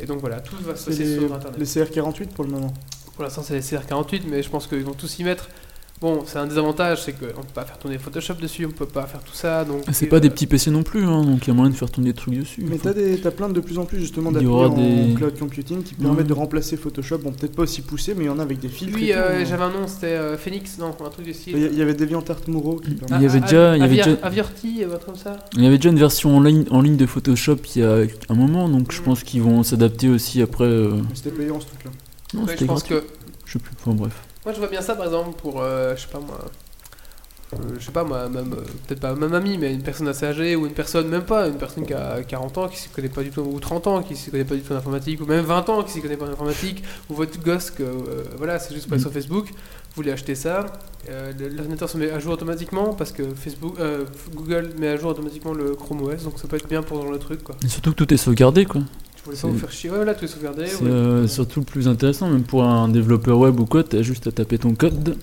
Et donc voilà, tout va se
C'est
passer
les,
sur Internet.
les CR48 pour le moment.
Pour l'instant, c'est les CR48, mais je pense qu'ils vont tous y mettre. Bon, c'est un désavantage, c'est qu'on peut pas faire tourner Photoshop dessus, on peut pas faire tout ça. Donc
Ah, C'est
euh,
pas des petits PC non plus, hein, donc il y a moyen de faire tourner des trucs dessus.
Mais
Enfin,
t'as, des, t'as plein de plus en plus justement
Il y
d'applis
aura
en
des-
cloud computing qui
Ouais.
permettent de remplacer Photoshop. Bon, peut-être pas aussi poussé, mais il y en a avec des filtres.
Lui,
et tout,
euh,
hein.
j'avais un nom, c'était euh, Phoenix, non, un truc de
Il y,
style.
il y avait DeviantArt Moreau qui
Ah,
Il y avait
ah,
déjà- il y avait
Avir-
déjà-
Avirti, euh, un truc comme ça.
Il y avait déjà une version en ligne, en ligne de Photoshop il y a un moment, donc
Mm.
je pense qu'ils vont s'adapter aussi après. euh,
Mais C'était payant ce truc-là.
Non,
Ouais, je
c'était
pense
gratuit.
que
Je sais plus, enfin bref.
moi, je vois bien ça, par exemple, pour, euh, je sais pas moi, euh, je sais pas moi, même euh, peut-être pas ma mamie, mais une personne assez âgée ou une personne même pas, une personne qui a 40 ans, qui s'y connaît pas du tout, ou 30 ans, qui s'y connaît pas du tout en informatique, ou même 20 ans, qui s'y connaît pas en informatique, ou votre gosse, que euh, voilà, c'est juste pour aller sur Facebook, vous voulez acheter ça, euh, le- l'ordinateur se met à jour automatiquement parce que Facebook, euh, Google met à jour automatiquement le Chrome OS, donc ça peut être bien pour dans le truc quoi.
Et surtout que tout est sauvegardé, quoi.
Je voulais
C'est-
pas vous faire chier, ouais, là, tout est sauvegardé.
C'est
ouais.
euh, surtout le plus intéressant, même pour un développeur web ou quoi, t'as juste à taper ton code.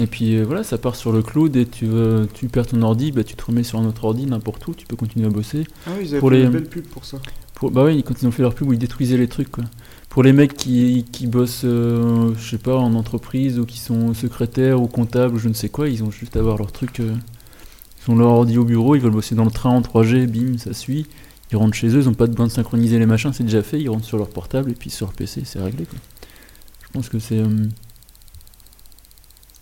Et puis euh, voilà, ça part sur le cloud et tu, veux- tu perds ton ordi, bah, tu te remets sur un autre ordi n'importe où, tu peux continuer à bosser.
Ah oui, ils avaient
Pour
fait
les-
une belle pub pour ça.
Pour- bah oui, quand ils ont fait leur pub, ils détruisaient les trucs quoi. Pour les mecs qui, qui bossent, euh, je sais pas, en entreprise ou qui sont secrétaires ou comptables ou je ne sais quoi, ils ont juste à avoir leur truc. euh, ils ont leur ordi au bureau, ils veulent bosser dans le train en 3G, bim, ça suit. Ils rentrent chez eux, ils ont pas de besoin de synchroniser les machins, c'est déjà fait, ils rentrent sur leur portable et puis sur leur PC, c'est réglé quoi. Je pense que c'est. euh,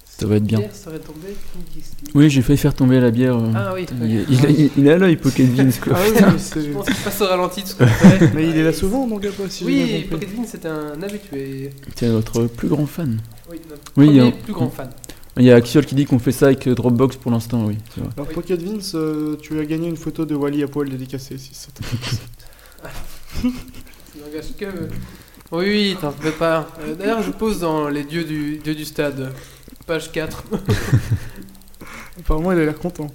ça va être bien.
Pierre serait tombé, qui- qui-
Oui, j'ai failli faire tomber la bière. euh,
Ah oui,
Il,
ouais.
il a- il- il a l'œil Pocket Vince quoi.
Ah oui, mais c'est-
Je pense qu'il passe au ralenti de ce qu'on fait.
Mais il est là souvent, mon gars, pas si j'ai bien
Oui,
compris.
Pocket Vin, c'est un habitué.
C'est notre plus grand fan.
Oui, notre
Oui, il y a-
hein.
premier plus grand fan.
Il y a Axiol qui dit qu'on fait ça avec euh, Dropbox pour l'instant, oui. c'est vrai.
Alors, Pocket Vince, euh, tu as gagné une photo de Wally à poil dédicacée, si ça t'intéresse.
Il n'engage que. euh, Oui, oui, t'en fais pas. Euh, D'ailleurs, je pose dans les dieux du, dieux du stade, page 4.
Apparemment, il a l'air content.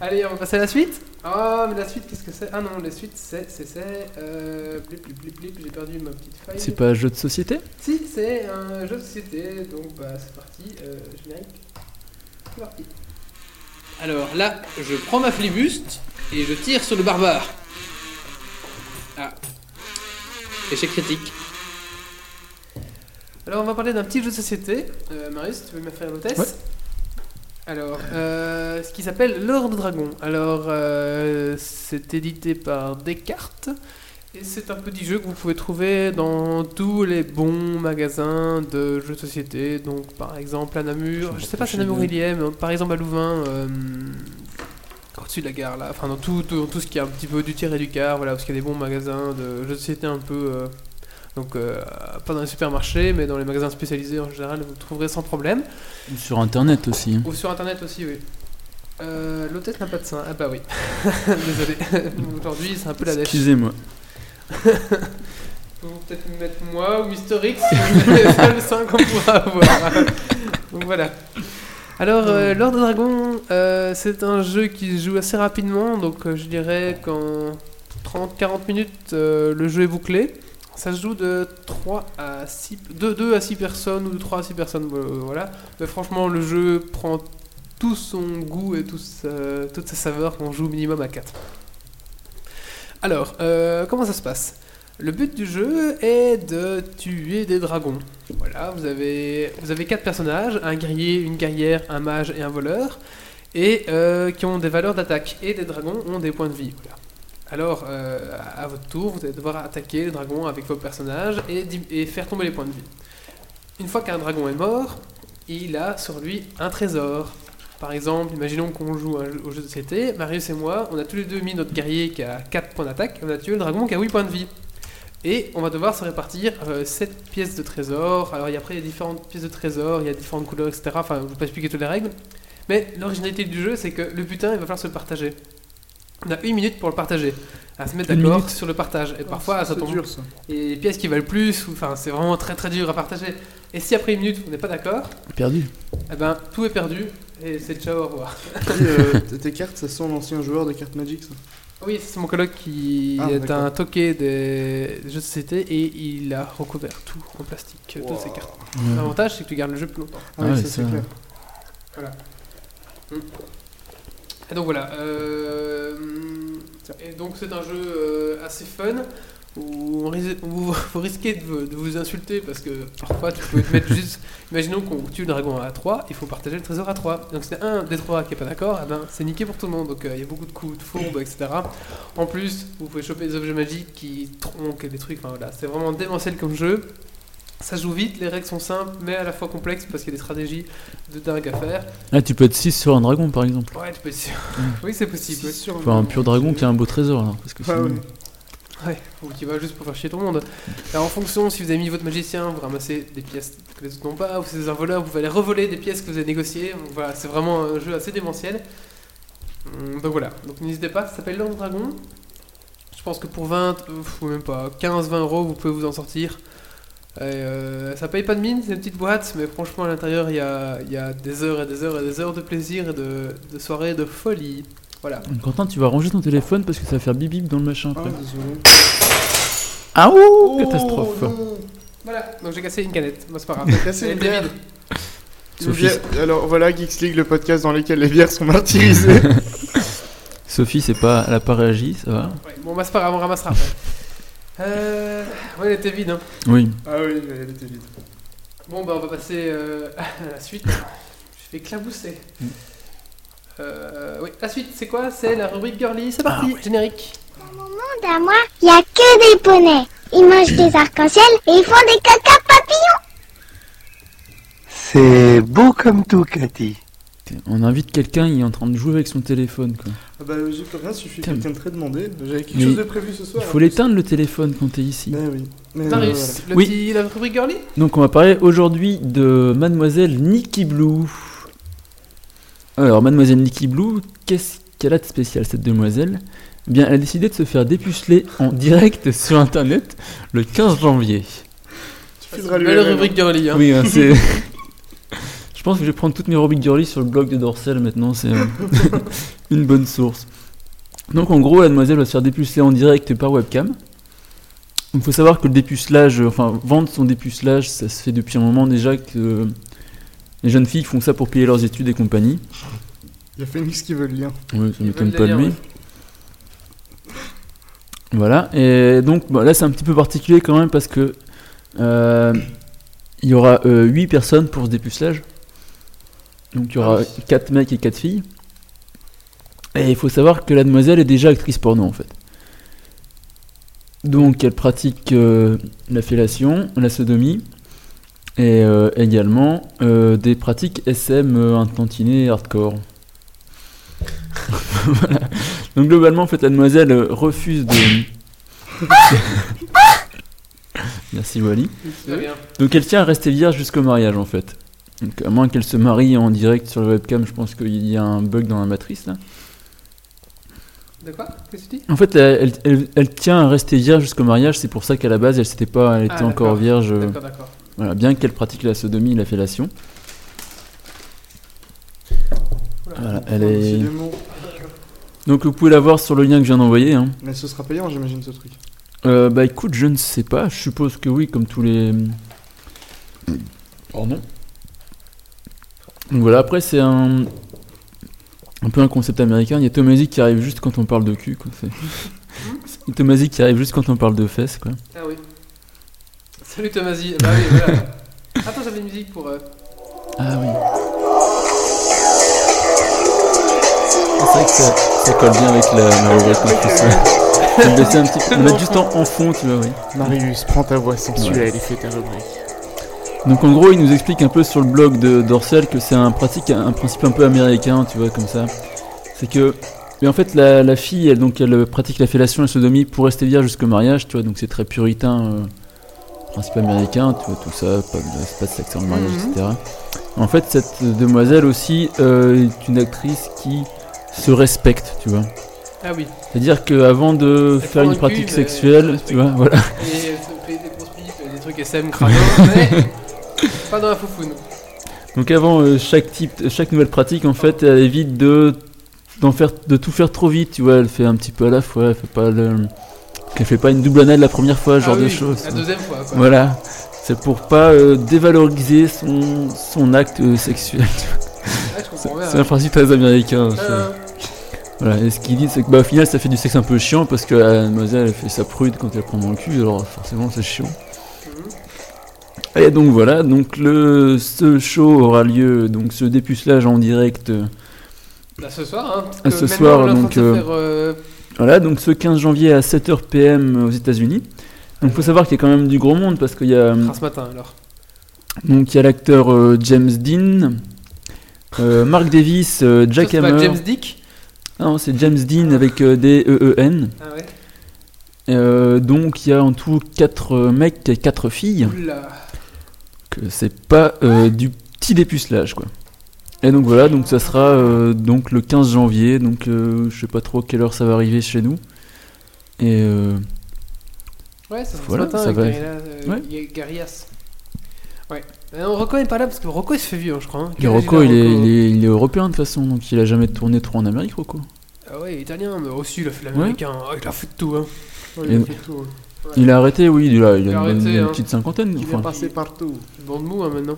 Allez, on va passer à la suite. Ah, mais la suite, qu'est-ce que c'est Ah non, la suite, c'est. c'est- c'est, Euh, blip, blip, blip, blip, j'ai perdu ma petite faille.
C'est pas un jeu de société
Si, c'est un jeu de société, donc bah, c'est parti, euh, générique. C'est parti. Alors là, je prends ma flibuste et je tire sur le barbare. Ah. Échec critique. Alors on va parler d'un petit jeu de société. Euh, Marius, tu veux me faire l'hôtesse
Ouais.
Alors, euh, ce qui s'appelle L'Or de Dragon. Alors, euh, c'est édité par Descartes. Et c'est un petit jeu que vous pouvez trouver dans tous les bons magasins de jeux de société. Donc, par exemple, à Namur, je sais pas si à Namur il y est, mais par exemple à Louvain, euh, au-dessus de la gare, là, enfin dans tout, tout, tout ce qui est un petit peu du tiers et du quart, voilà, parce qu'il y a des bons magasins de jeux de société un peu. euh, donc, euh, pas dans les supermarchés, mais dans les magasins spécialisés en général, vous trouverez sans problème.
Ou Sur internet aussi. hein.
Ou sur internet aussi, oui. Euh, L'hôtesse n'a pas de sein. Ah bah oui. Désolé. Aujourd'hui, c'est un peu la dèche.
Excusez-moi.
Vous pouvez peut-être me mettre moi ou Mister X, c'est le seul sein qu'on pourra avoir. Donc voilà. Alors, euh, Lord of Dragon, euh, c'est un jeu qui se joue assez rapidement, donc euh, je dirais qu'en 30-40 minutes, euh, le jeu est bouclé. Ça se joue de 3 à 6, de 2 à 6 personnes ou de 3 à 6 personnes, euh, voilà. Mais franchement, le jeu prend tout son goût et tout sa- toute sa saveur qu'on joue au minimum à 4. Alors, euh, comment ça se passe le but du jeu est de tuer des dragons. Voilà, vous avez, vous avez quatre personnages, un guerrier, une guerrière, un mage et un voleur, et euh, qui ont des valeurs d'attaque. Et des dragons ont des points de vie. Voilà. Alors, euh, à votre tour, vous allez devoir attaquer les dragons avec vos personnages et, dim- et faire tomber les points de vie. Une fois qu'un dragon est mort, il a sur lui un trésor. Par exemple, imaginons qu'on joue à un jeu- au jeu de société, Marius et moi, on a tous les deux mis notre guerrier qui a 4 points d'attaque, et on a tué le dragon qui a 8 points de vie. Et on va devoir se répartir 7 pièces de trésor. Alors, il y a- après, il y a différentes pièces de trésor, il y a différentes couleurs, etc. Enfin, je ne vais pas expliquer toutes les règles. Mais l'originalité du jeu, c'est que le butin, il va falloir se le partager. On a une minute pour le partager, à se mettre
Une
d'accord
minute.
sur le partage. Et parfois, ça
c'est
tombe
dur ça.
et les pièces qui valent plus, ou- enfin c'est vraiment très très dur à partager. Et si après une minute on n'est pas d'accord,
Perdu.
eh ben tout est perdu et c'est ciao, au revoir.
Euh, t- tes cartes, ça sent l'ancien joueur de cartes Magic, ça
Oui, c'est mon coloc qui
Ah,
est
d'accord.
un toqué des jeux de société et il a recouvert tout en plastique de ses cartes. L'avantage, c'est que tu gardes le jeu plus longtemps.
Ah, ouais,
Ah ouais,
ça, c'est
ça.
clair.
Et donc voilà. euh, et donc c'est un jeu euh, assez fun où, on ris- où vous risquez de, vous- de vous insulter parce que parfois tu peux te mettre juste. Imaginons qu'on tue le dragon à 3, il faut partager le trésor à 3. Donc c'est un des trois qui est pas d'accord, eh ben, c'est niqué pour tout le monde. Donc euh, il y a beaucoup de coups de fourbe, etc. En plus, vous pouvez choper des objets magiques qui tronquent et des trucs. Enfin voilà, c'est vraiment démentiel comme jeu. Ça joue vite, les règles sont simples mais à la fois complexes parce qu'il y a des stratégies de dingue à faire.
Ah, tu peux être 6 sur un dragon par exemple.
Ouais, tu peux sûr. Oui, c'est possible.
Enfin, un pur dragon qui a un beau trésor là. Parce que
Ah ouais.
sinon-
Ouais, ou qui va juste pour faire chier tout le monde. Alors, en fonction, si vous avez mis votre magicien, vous ramassez des pièces que les autres n'ont pas, ou si vous êtes un voleur, vous allez revoler des pièces que vous avez négociées. Donc, voilà, c'est vraiment un jeu assez démentiel. Hum, Donc voilà, donc n'hésitez pas, ça s'appelle Land Dragon. Je pense que pour 20, euh, pff, ou même pas, 15-20 euros, vous pouvez vous en sortir. Et, euh, ça paye pas de mine, c'est une petite boîte, mais franchement, à l'intérieur, il y a, il y a des heures et des heures et des heures de plaisir et de, de soirées de folie. Voilà.
Quentin, tu vas ranger ton téléphone parce que ça va faire bip bip dans le machin
Ah,
après.
désolé.
Ah ouh, catastrophe.
Oh, Voilà, donc j'ai cassé une canette, moi c'est pas grave.
T'as cassé
Elle
une
était
bière.
vide.
Une
Sophie.
bière- Alors voilà Geeks League, le podcast dans lequel les bières sont martyrisées.
Sophie, c'est pas, elle a pas réagi, ça va
Ouais, bon, bah c'est pas grave, on ramassera après. Euh, ouais, elle était vide. Hein.
Oui.
ah oui, mais elle était vide.
Bon, bah on va passer euh, à la suite. Je vais clabousser.
Mm.
Euh, oui, la suite, c'est quoi C'est la rubrique girly,
Ah,
c'est parti, générique.
à moi, il a que des poneys. Ils mangent des arcs-en-ciel et ils font des caca papillons.
C'est beau comme tout, Cathy.
On invite quelqu'un, il est en train de jouer avec son téléphone. Quoi.
Ah bah j'ai plus rien, suffit
Putain.
quelqu'un de très demandé. J'avais quelque
Mais
chose de prévu ce soir.
Il faut l'éteindre le téléphone quand t'es ici.
Mais oui. Mais euh, voilà.
Darius, le
Euh, Oui.
petit, la rubrique girly
Donc on va parler aujourd'hui de Mademoiselle Nikki Blue. Alors Mademoiselle Nikki Blue, qu'est-ce qu'elle a de spécial cette demoiselle Eh bien elle a décidé de se faire dépuceler en direct sur internet le 15 janvier.
Tu fileras
Belle
l'URL, hein.
rubrique girly. Hein.
Oui, hein, c'est... je pense que je vais prendre toutes mes rubriques girly sur le blog de Dorsel maintenant, c'est euh, une bonne source. Donc en gros, la demoiselle va se faire dépuceler en direct par webcam. Il faut savoir que le dépucelage, euh, enfin vendre son dépucelage, ça se fait depuis un moment déjà que euh, les jeunes filles font ça pour payer leurs études et compagnie.
Il y a Phoenix qui veut le lien.
Ouais, ça
Ils
m'étonne
veulent
pas de
délire,
lui.
ouais.
Voilà, et donc bah, là c'est un petit peu particulier quand même parce que euh, il y aura 8 personnes pour ce dépucelage. Donc il y aura
Ah oui.
4 mecs et 4 filles. Et il faut savoir que la demoiselle est déjà actrice porno en fait. Donc elle pratique euh, la fellation, la sodomie et euh, également euh, des pratiques SM euh, un tantinet hardcore. Voilà. Donc globalement, en fait, la demoiselle euh, refuse de. Merci Wally.
Très bien.
Donc elle tient à rester vierge jusqu'au mariage en fait. Donc à moins qu'elle se marie en direct sur le webcam, je pense qu'il y a un bug dans la matrice là.
De quoi Qu'est-ce que tu dis
En fait, elle, elle- elle- elle tient à rester vierge jusqu'au mariage, c'est pour ça qu'à la base elle, s'était pas, elle était
Ah,
encore
d'accord.
vierge. euh,
D'accord, d'accord.
Voilà, bien qu'elle pratique la sodomie et la fellation. Voilà, elle
Enfin,
est...
décidément.
Donc vous pouvez la voir sur le lien que je viens d'envoyer. hein.
Mais ce sera payant, j'imagine, ce truc.
Euh, bah écoute, je ne sais pas, je suppose que oui, comme tous les... Pardon Donc voilà, après c'est un... Un peu un concept américain, il y a Tomasi qui arrive juste quand on parle de cul, quoi. c'est- Tomasi qui arrive juste quand on parle de fesses, quoi.
Ah oui. Salut Tomasi. Bah oui, voilà. Attends, j'avais une musique pour. euh,
Ah oui. C'est vrai que ça, ça colle bien avec la, ma rubrique qu'on fait ça. Je vais le baisser un petit peu. On va mettre juste en, en fond, tu vois, oui.
Marius, prends ta voix sensuelle et fais ta rubrique.
Donc en gros, il nous explique un peu sur le blog de Dorsel que c'est un pratique, un principe un peu américain, tu vois, comme ça. C'est que, mais en fait, la, la fille, elle, donc, elle pratique la fellation et la sodomie pour rester vierge jusqu'au mariage, tu vois, donc c'est très puritain, euh, principe américain, tu vois, tout ça, pas de, pas de sexe avant le mariage,
Mhm.
etc. En fait, cette demoiselle aussi euh, est une actrice qui se respecte, tu vois.
Ah oui.
C'est-à-dire qu'avant de
Elle
faire
prend
une
un
pratique
cul, mais elle se euh,
sexuelle, tu vois, voilà.
Et elle se fait des grosses pipes et des trucs SM crado, mais. Pas dans la foufoune.
Donc avant euh, chaque type, chaque nouvelle pratique, en fait, elle évite de d'en faire, de tout faire trop vite. Tu vois, elle fait un petit peu à la fois. Elle fait pas le, qu'elle fait pas une double année de la première fois, ce genre
Ah
de
oui,
choses.
La deuxième fois. Quoi.
Voilà. C'est pour pas euh, dévaloriser son, son acte euh, sexuel.
Ah, je comprends bien.
C'est un principe très américain. ça.
Ah,
Voilà. Et ce qu'ils disent, c'est que bah, au final, ça fait du sexe un peu chiant parce que la demoiselle elle fait sa prude quand elle prend dans le cul. Alors forcément, c'est chiant. Et donc voilà, donc le ce show aura lieu, donc ce dépucelage en direct. euh,
bah, ce soir, hein. parce
Ah,
que
ce
maintenant,
soir,
on est en train
donc,
de se
euh,
faire, euh,
Voilà, donc ce 15 janvier à 7h PM aux États-Unis. Donc faut savoir qu'il y a quand même du gros monde parce qu'il y a
ah, ce matin alors.
donc il y a l'acteur euh, James Dean, euh, Mark Davis, euh,
Ça,
Jack
c'est pas
Hammer.
James Dick
Ah Non, c'est James Dean avec euh, D E E N.
Ah ouais.
Euh, donc il y a en tout 4 mecs et 4 filles.
Oula.
que c'est pas euh, du petit dépucelage quoi. Et donc voilà, donc ça sera euh, donc le 15 janvier, donc euh, je sais pas trop à quelle heure ça va arriver chez nous. Et euh,
Ouais, ça sera
Voilà,
ce matin
ça
avec
va.
Garilla, euh,
Ouais.
Ga- Garias. Ouais. Mais non, Rocco n'est pas là parce que Rocco il se fait vieux, je crois. hein. Quel âge
Rocco,
a,
il est, il, est, il est européen de toute façon, donc il a jamais tourné trop en Amérique, Rocco.
Ah ouais, il est italien, mais aussi il a fait l'américain. Ah, il a fait de tout, hein. Ouais, il
Et-
a fait de tout. hein. Ouais.
Il a arrêté, oui, il a,
Il
il a
a
une,
arrêté,
bonne- une
hein.
petite cinquantaine.
Il est
enfin.
passé partout. Bon de mou hein, maintenant.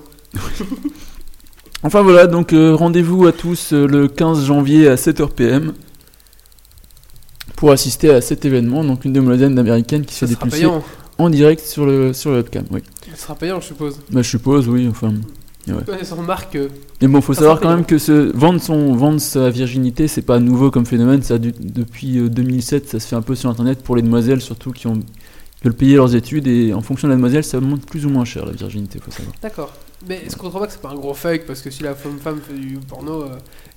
Enfin voilà, donc euh, rendez-vous à tous euh, le 15 janvier à 7h PM pour assister à cet événement, donc une demoiselle américaine qui s'est
Ça sera
dépulsée
payant.
en direct sur le, sur le webcam. Oui.
Ça sera payant, je suppose.
Bah, je suppose, oui, enfin.
Connaissant Marc, euh,
Mais bon, faut
Ça
savoir
sera
quand même
payant.
que ce, vendre, son, vendre sa virginité, c'est pas nouveau comme phénomène. Ça, du- depuis euh, 2007, ça se fait un peu sur Internet pour les demoiselles, surtout qui, ont, qui veulent payer leurs études. Et en fonction de la demoiselle, ça monte plus ou moins cher la virginité, faut savoir.
d'accord. Mais ce qu'on trouve pas que c'est pas un gros fake parce que si la femme, femme fait du porno, euh,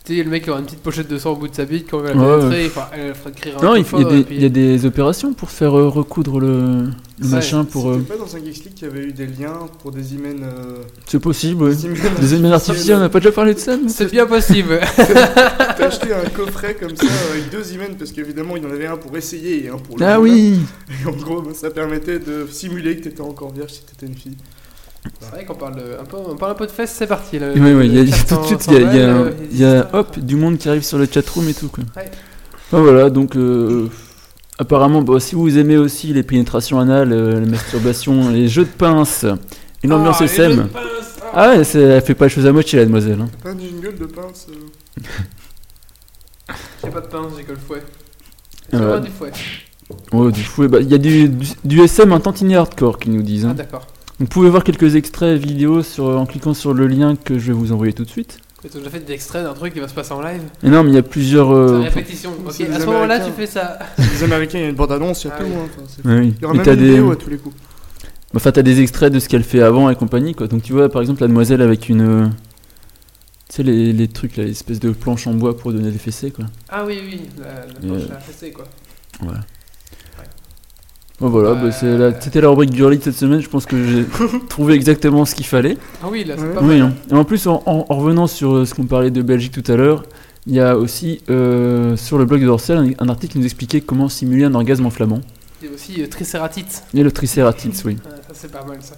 tu sais, le mec il aura une petite pochette de sang au bout de sa bite quand il va la
Ouais,
pénétrer, il fera- elle fera crier un
non,
peu
il f- il y,
fort,
a Ah, des-
et puis-
il y a des opérations pour faire euh, recoudre le, le
Ouais,
machin. pour. euh,
C'était pas dans un Geeks League qu'il y avait eu des liens pour des hymens. euh,
C'est possible, ouais.
des hymens
Des émises artificielles, on n'a pas déjà parlé de ça nous
C'est bien possible.
T'as acheté un coffret comme ça avec deux hymens parce qu'évidemment il y en avait un pour essayer et un pour le
Ah
jeu.
oui
Et en gros, bah, ça permettait de simuler que t'étais encore vierge si t'étais une fille.
C'est vrai qu'on parle un peu, on parle un peu de fesses, c'est parti. là.
Oui, oui, il y a-
Le
tout de
400,
suite, il y a, il y a-
euh,
il y a,
histoires.
hop, du monde qui arrive sur le chatroom et tout. Quoi.
Ouais.
Enfin, voilà, donc euh, apparemment, bah, si vous aimez aussi les pénétrations anales, euh, la masturbation, les jeux de pince et l'ambiance
Ah, les jeux
SM.
de pince, ah.
Ah, ouais, c'est- elle fait pas les choses à moitié, la demoiselle. hein.
T'as pas un jingle de pince euh
J'ai pas de pince, j'ai que le fouet.
Ah,
J'ai pas
voilà.
du fouet. Ah,
Oh, du fouet. Bah, Il y a du, du, du SM un tantinet hardcore qui nous disent.
Ah,
hein.
d'accord.
vous pouvez voir quelques extraits vidéo sur, en cliquant sur le lien que je vais vous envoyer tout de suite.
Mais t'as déjà fait des extraits d'un truc qui va se passer en live
Et non, mais il y a plusieurs.
C'est
euh,
une répétition. Ok, à
c'est des
ce moment-là, tu
Américains.
fais ça.
Les Américains, il y a une bande-annonce, il y a
Ah
tout.
oui.
hein, enfin, c'est-
oui.
Il y aura
Et
même
t'as
une
des-
vidéo à tous les coups.
Bah, Enfin, t'as des extraits de ce qu'elle fait avant et compagnie, quoi. Donc, tu vois, par exemple, la demoiselle avec une. euh, Tu sais, les, les trucs, là, l'espèce de planche en bois pour donner des fessées, quoi.
Ah oui, oui, la, la planche
Euh.
à fessée, quoi.
Bon, voilà, bah, c'est la- c'était la rubrique girly de cette semaine. Je pense que j'ai trouvé exactement ce qu'il fallait.
Ah oui, là, c'est
Ouais.
pas
Oui,
mal.
hein. Et en plus, en, en- en revenant sur euh, ce qu'on parlait de Belgique tout à l'heure, il y a aussi euh, sur le blog de Dorsel un, un article qui nous expliquait comment simuler un orgasme en flamand.
Il y a aussi euh, Triceratite.
Et le triceratips, oui.
Ah, ça, c'est pas mal, ça.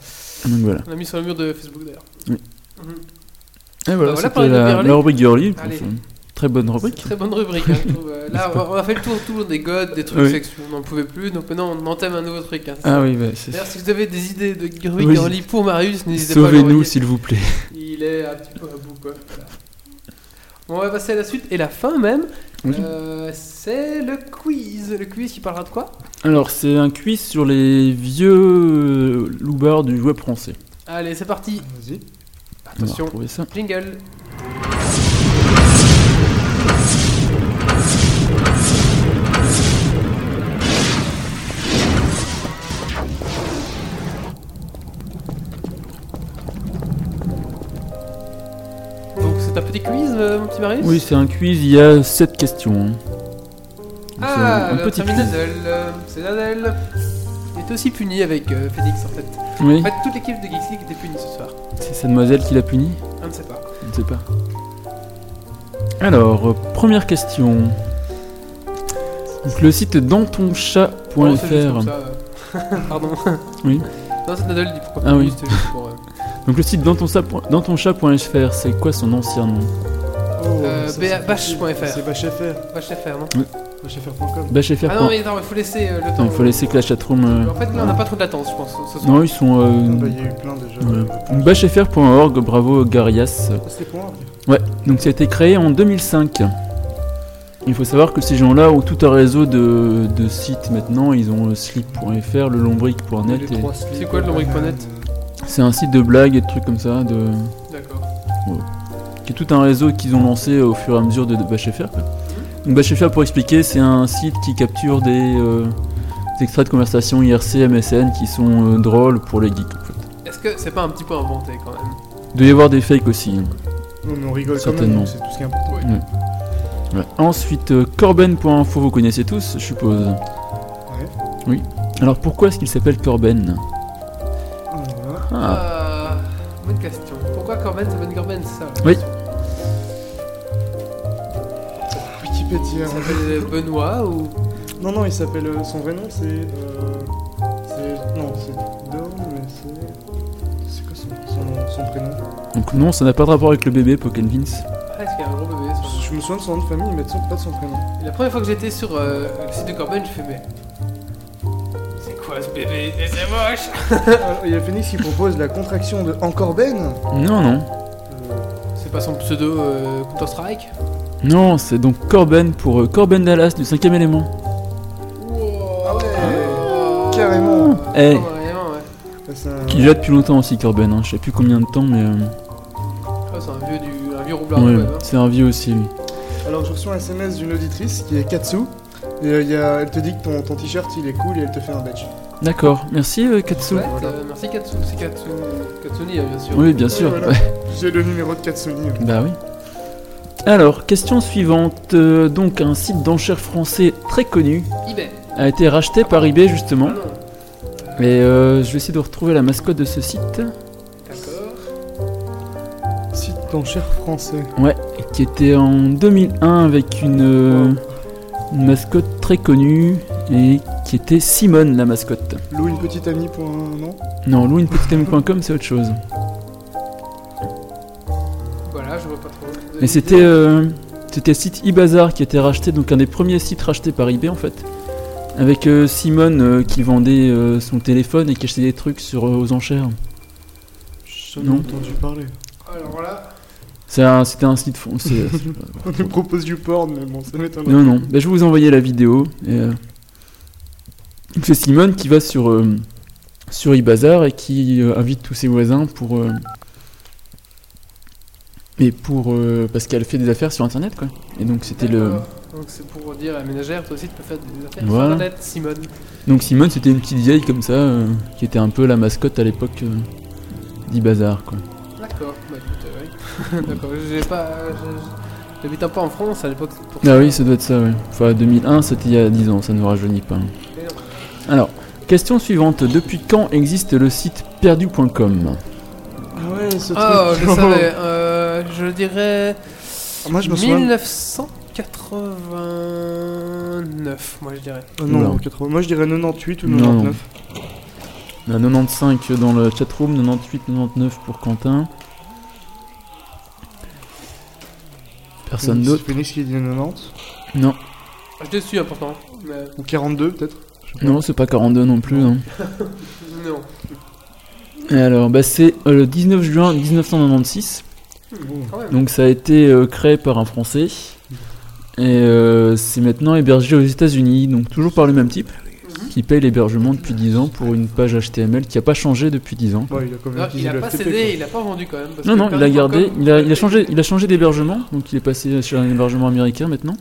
Donc voilà.
On l'a mis sur le mur de Facebook, d'ailleurs.
Oui.
Mhm.
Et
Bah, voilà
voilà,
pour
c'était
les
la,
girly.
la rubrique girly.
Allez.
Enfin, Très bonne
C'est une
rubrique.
Très bonne rubrique. hein, je trouve. Euh, Là, on on a fait le tour toujours des godes, des trucs
Oui.
sexuels, on n'en pouvait plus. Donc maintenant, on entame un nouveau truc. hein, c'est ça.
Ah oui, bah, c'est
D'ailleurs, si vous avez des idées de Gurvik
Oui.
en lit pour Marius, n'hésitez pas à
Sauvez-nous,
l'envoyer.
s'il vous plaît.
Il est un petit peu à bout, quoi. Voilà. Bon, on va passer à la suite et la fin même.
Oui.
Euh, c'est le quiz. Le quiz qui parlera de quoi
Alors, c'est un quiz sur les vieux euh, loubards du web français.
Allez, c'est parti.
Vas-y.
On va
Attention.
retrouver ça.
Jingle. Donc c'est un petit quiz, euh, mon petit Marius
Oui, c'est un quiz, il y a 7 questions. hein. Donc,
Ah,
c'est un- un
notre
petit
ami
quiz.
Nadal, euh, c'est Nadal. Il est aussi puni avec euh, Phoenix en fait.
Oui,
En fait, toute l'équipe de Geeks League était punie ce soir.
c'est cette demoiselle qui l'a puni
On ne sait pas.
Je ne sais pas. Alors, euh, première question. Donc, le site
Oh, c'est juste comme
dantonchat.fr.
ça, euh. Pardon.
Oui.
Non, c'est Nadal dit pourquoi
Ah
pas,
oui.
c'était juste pour. euh,
Donc le site dans ton, chat.fr, c'est quoi son ancien nom
Euh,
Oh, ça,
B-
c'est-
bash.fr.
C'est bash.fr.
Bachfr, non
Bash.fr.com.
Bachfr.
Ah non, mais attends, il faut laisser euh, le temps.
il faut laisser que la chatroom. euh,
En fait, là, on n'a pas trop de latence, je pense. ce soir.
Non, ils sont.
Ah bah,
euh,
Il y a eu plein déjà.
ouais. Donc, Bachfr.org, bravo Garias.
C'est quoi
Donc ça a été créé en 2005. Il faut savoir que ces gens-là ont tout un réseau de, de sites maintenant. Ils ont euh, slip.fr, lelombric.net. et-
C'est quoi le lombric.net
Euh,
C'est un site de blagues et de trucs comme ça. De...
D'accord.
qui est tout un réseau qu'ils ont lancé euh, au fur et à mesure de, de BashFR. quoi. Donc BashFR, pour expliquer, c'est un site qui capture des, euh, des extraits de conversations IRC, MSN qui sont euh, drôles pour les geeks. En fait.
Est-ce que c'est pas un petit peu inventé quand même
Il doit y avoir des fakes aussi. hein.
Non, mais on rigole quand même,
Certainement.
donc c'est tout ce qui est important.
Ouais. Ensuite, euh, Corben.info, vous connaissez tous, je suppose. Oui. Alors pourquoi est-ce qu'il s'appelle Corben
Ah, voilà.
Ah,
Euh, Bonne question. Pourquoi Corben s'appelle Corben, c'est ça
Oui.
Il
Wikipédia.
s'appelle Benoît ou.
Non, non, il s'appelle. euh, Son vrai nom, c'est. euh, c'est- Non, c'est. Non, mais c'est. C'est quoi son, son, son prénom
donc non, ça n'a pas de rapport avec le bébé Pokémon Vince.
Ah, est-ce qu'il y a un gros bébé sur-
Je me souviens de son nom de famille, mais de son- pas de son prénom.
Et La première fois que j'étais sur euh, le site de Corben, je fais mais. C'est quoi ce bébé Et c'est moche
Ah, Il y a Phoenix qui propose la contraction de Encore Ben Euh,
Non, non.
C'est pas son pseudo euh, Counter-Strike
Non, c'est donc Corben pour euh, Corben Dallas du cinquième élément.
Ah
ouais. Carrément.
Carrément,
Eh.
Ah. ouais.
Ça, c'est un-
Qui est là depuis longtemps aussi, Corben. Hein. Je sais plus combien de temps, mais. euh,
Ah, c'est un vieux, du... un vieux roublard
ouais,
quand même, hein.
c'est un vieux aussi, lui.
Alors, je reçois un SMS d'une auditrice qui est Katsu. Et euh, il y a- elle te dit que ton, ton t-shirt il est cool et elle te fait un badge.
D'accord, merci euh, Katsu.
Ouais, euh, merci Katsu, c'est Katsu. Katsuni, euh, bien sûr.
Oui, bien sûr.
Oui, voilà.
ouais.
J'ai le numéro de Katsuni.
Bah oui. Alors, question suivante. Euh, donc, un site d'enchères français très connu
eBay.
a été racheté par eBay justement.
Ah non,
Et euh, je vais essayer de retrouver la mascotte de ce site,
d'accord.
Site d'enchères français.
qui était en 2001 avec une, euh, une mascotte très connue et qui était Simone la mascotte.
Loue une petite amie pour un an.
Non, louinepetitami.com c'est autre chose.
Voilà, je vois pas trop.
Mais c'était euh, c'était le site eBazaar qui était racheté, donc un des premiers sites rachetés par eBay en fait. Avec euh, Simone euh, qui vendait euh, son téléphone et qui achetait des trucs sur, euh, aux enchères.
J'en
Non.
entendu parler.
Alors voilà.
C'est un- C'était un site fran- c'est- c'est pas-
On nous propose du porn, mais bon, ça m'étonne.
non, non. Bah, je vais vous envoyer la vidéo. et, euh, donc, C'est Simone qui va sur, euh, sur eBazaar et qui euh, invite tous ses voisins pour. euh, et pour. euh, parce qu'elle fait des affaires sur internet quoi. Et donc c'était le.
D'accord. Donc c'est pour dire à la ménagère, toi aussi tu peux faire des affaires sur
Voilà.
Internet, Simone.
Donc Simone, c'était une petite vieille comme ça, euh, qui était un peu la mascotte à l'époque euh, d'Ibazar, quoi.
D'accord, bah écoute, euh, oui. D'accord, j'ai pas. j'ai- J'habite un peu en France à l'époque. c'est pour
Ah oui, ça doit être ça, ouais. Enfin, 2001, c'était il y a 10 ans, ça ne nous rajeunit pas. hein.
Mais non.
Alors, question suivante. Depuis quand existe le site perdu.com
Ah ouais, ce
Ah,
truc.
je savais, euh, je dirais.
Ah, Moi je me souviens.
1989, moi je dirais.
Ah non,
Oula.
80. Moi je dirais 98 ou
Non.
99.
On a 95 euh, dans le chatroom, 98, 99 pour Quentin. Personne
Phoenix-
d'autre
Phoenix qui dit 90.
Non,
Je t'ai su, important. Mais
Ou 42 peut-être.
non, c'est pas 42 non plus. hein.
non.
Et alors, bah, c'est euh, le 19 juin 1996.
Quand même.
Donc ça a été euh, créé par un Français. Et euh, c'est maintenant hébergé aux États-Unis, donc toujours par le même type, qui paye l'hébergement depuis 10 ans pour une page HTML qui n'a pas changé depuis 10 ans.
Bon, il a quand même
Non, il
utilisé
a
le
pas
FTP,
cédé, il a pas vendu quand même. parce
Non,
que
non, il a
Perdu.com,
gardé, il a, il a changé, il a changé d'hébergement, donc il est passé sur un hébergement américain maintenant.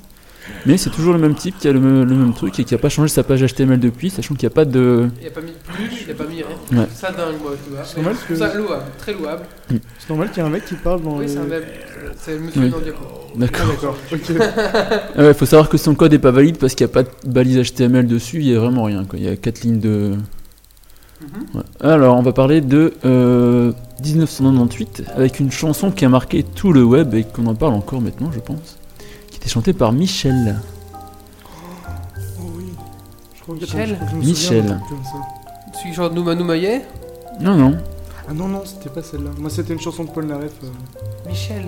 Mais c'est toujours le même type qui a le, me- le même truc et qui n'a pas changé sa page HTML depuis, sachant qu'il n'y a pas de.
Il a pas mis plus, il a pas mis rien.
Ouais.
Ça dingue, moi, tu vois.
C'est
Mais
normal
je
que-
trouve Ça louable, très louable.
quoi. C'est normal qu'il y ait un mec qui parle dans
Oui,
les-
c'est un web. C'est le monsieur
Oui.
dans le diapo.
D'accord.
D'accord, ok. Oh
Ah ouais, faut savoir que son code n'est pas valide parce qu'il n'y a pas de balise HTML dessus, il n'y a vraiment rien. Quoi. Il y a 4 lignes de.
Mhm.
Ouais. Alors, on va parler de euh, 1998 avec une chanson qui a marqué tout le web et qu'on en parle encore maintenant, je pense, qui était chantée par Michel.
Oh oui. Je crois que-
Michel
je me souviens d'un
Michel.
truc comme ça.
Celui genre Nouma Noumaillet
Non, non.
Ah non, non, c'était pas celle-là. Moi, c'était une chanson de Paul Naref. euh.
Michel.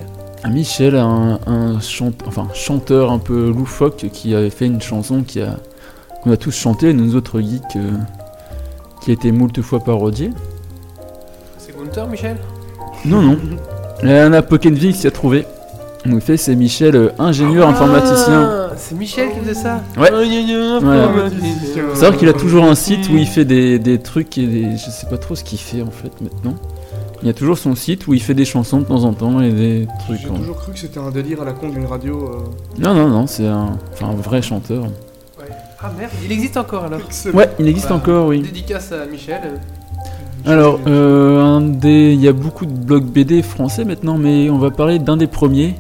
Ah, Michel, un, un chant- enfin, chanteur un peu loufoque qui avait fait une chanson qui a, qu'on a tous chanté, nous autres geeks, euh, qui a été moult fois parodiée.
C'est Gunther, Michel
Non, non. Il y en a Pokenville qui s'y a trouvé. En effet, c'est Michel, euh, ingénieur informaticien.
Ah, C'est Michel qui faisait ça
Ouais.
Ah, gna, gna,
Voilà.
informaticien.
Faut savoir qu'il a
euh,
toujours un site où il fait des, des trucs et des, je sais pas trop ce qu'il fait en fait maintenant. Il y a toujours son site où il fait des chansons de temps en temps et des trucs.
J'ai
hein.
toujours cru que c'était un délire à la con d'une radio. euh.
Non, non, non, c'est un, enfin, un vrai chanteur.
Ouais. Ah merde, il existe encore alors.
Excellent.
Ouais, il existe
Bah,
encore, oui.
Dédicace à Michel.
Alors, euh, un des, il y a beaucoup de blogs BD français maintenant, mais on va parler d'un des premiers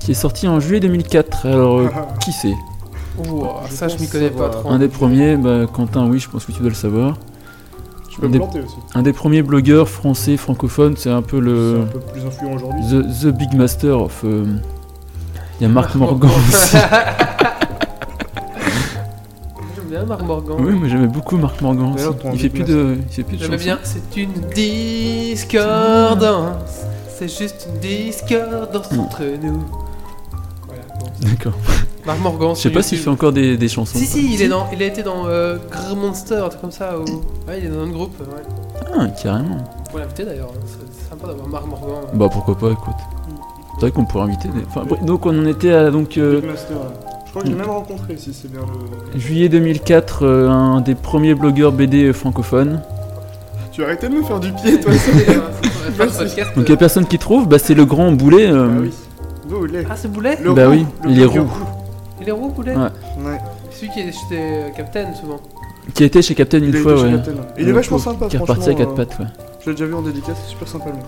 qui est sorti en juillet 2004. Alors, euh, qui c'est
Ouah,
Je
ça je
pense
m'y connais pas
savoir.
trop.
Un des premiers, bah, Quentin, oui, je pense que tu dois le savoir.
Je peux
des-
me planter aussi.
Un des premiers blogueurs français francophones, c'est un peu
C'est
le
un peu plus influent aujourd'hui.
the, the Big Master of. euh, Il y a Marc Morgan aussi.
J'aime bien Marc Morgan.
Oui, mais j'aimais beaucoup Marc Morgan. aussi.
D'ailleurs, ton
Il fait
Big
plus de, il fait plus de
J'aimais
chansons.
bien, c'est une discordance. C'est juste une discordance
Mm.
entre nous. Voilà, bon.
D'accord.
Marc Morgan,
Je sais pas s'il fait encore des, des chansons.
Si, si, il, est dans, il a été dans euh, Grrr Monster, un truc comme ça. ou- Ouais, il est dans un groupe. Ouais.
Ah, carrément.
On pourrait l'inviter d'ailleurs, hein. c'est c'est sympa d'avoir Marc Morgan. euh.
Bah pourquoi pas, écoute.
Mm.
C'est vrai qu'on pourrait inviter. des- Enfin, bref, donc on en était à donc euh, hmm.
Big Master, ouais. Je crois que je l'ai même rencontré si c'est bien le.
juillet 2004, euh, un des premiers blogueurs BD francophones.
Tu as arrêté de me faire du pied, toi
C'est, euh, faut faire le podcast,
Donc
euh.
la personne qui trouve, bah c'est le grand boulet.
Ah
euh,
oui. D'où il est
Ah, c'est Boulet
Le
bah
roux,
oui,
le
il est
blogueur
roux.
Il est roux, Boulet
Ouais.
Ouais.
Celui qui est chez euh, Captain souvent.
Qui a été chez Captain une
Il a
fois,
été chez
ouais.
Captain. Et Il est
Euh,
vachement
qui-
sympa,
Qui est
franchement.
reparti à quatre
euh,
pattes, ouais.
Je l'ai déjà vu en dédicace, c'est super sympa le mec.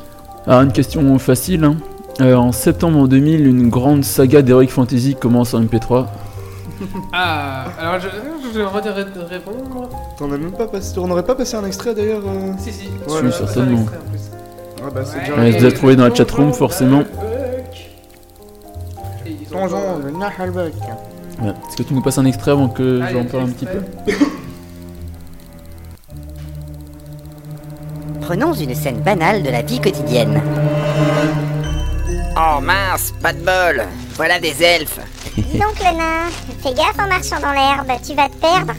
Alors une question facile. hein. Euh, en septembre 2000, une grande saga d'Heroic Fantasy commence en MP3.
Ah, alors je, je vais redirai de répondre.
T'en as même pas passé. On aurait pas passé un extrait d'ailleurs euh
Si, si.
Voilà. Oui,
certainement.
c'est un extrait, en plus.
Ah bah c'est
Ouais.
déjà.
Ouais, vous avez trouvé dans la chatroom, forcément.
Et ils ont-
Donjon, le Nahalbach.
Ouais. Est-ce que tu nous passes un extrait avant que
Ah, il y a
j'en parle un petit peu
extrait.
Prenons une scène banale de la vie quotidienne.
Oh mince, pas de bol. Voilà des elfes.
Dis donc, le nain, fais gaffe en marchant dans l'herbe, tu vas te perdre.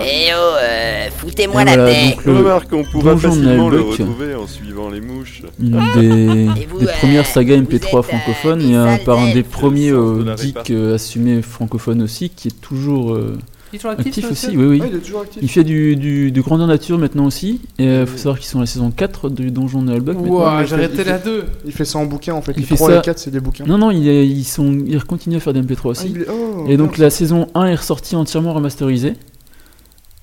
Eh oh, euh, foutez-moi
Et
la
Eh voilà,
paix.
donc le-
Remarque, on pourra
Donjon de
facilement le
Nalbuck.
retrouver en suivant les mouches.
Une des,
Et vous,
des
euh,
premières sagas
vous
MP3
êtes, euh,
francophones
des
et un,
sales
par un des
elfes.
premiers
Le sens
euh,
de la
geeks
répartie.
euh, assumés francophones aussi, qui est toujours euh,
Il est toujours actif,
actif
ce
aussi,
monsieur
oui, oui.
Ouais, il est toujours
Il
actif.
fait du, du, du Grandeur Nature maintenant aussi, et euh, faut savoir qu'ils sont à la saison 4 du Donjon de Nalbuck maintenant.
Ouah,
mais
j'ai
il fait-
arrêté
il fait-
la 2.
Il fait ça en bouquin en fait.
Il
Les
fait
3
ça-
et 4, c'est des bouquins.
Non, non, il est- ils, sont, ils continuent à faire des MP3
Ah,
aussi.
il est- oh,
Et donc
merde.
la saison 1 est ressortie entièrement remasterisée,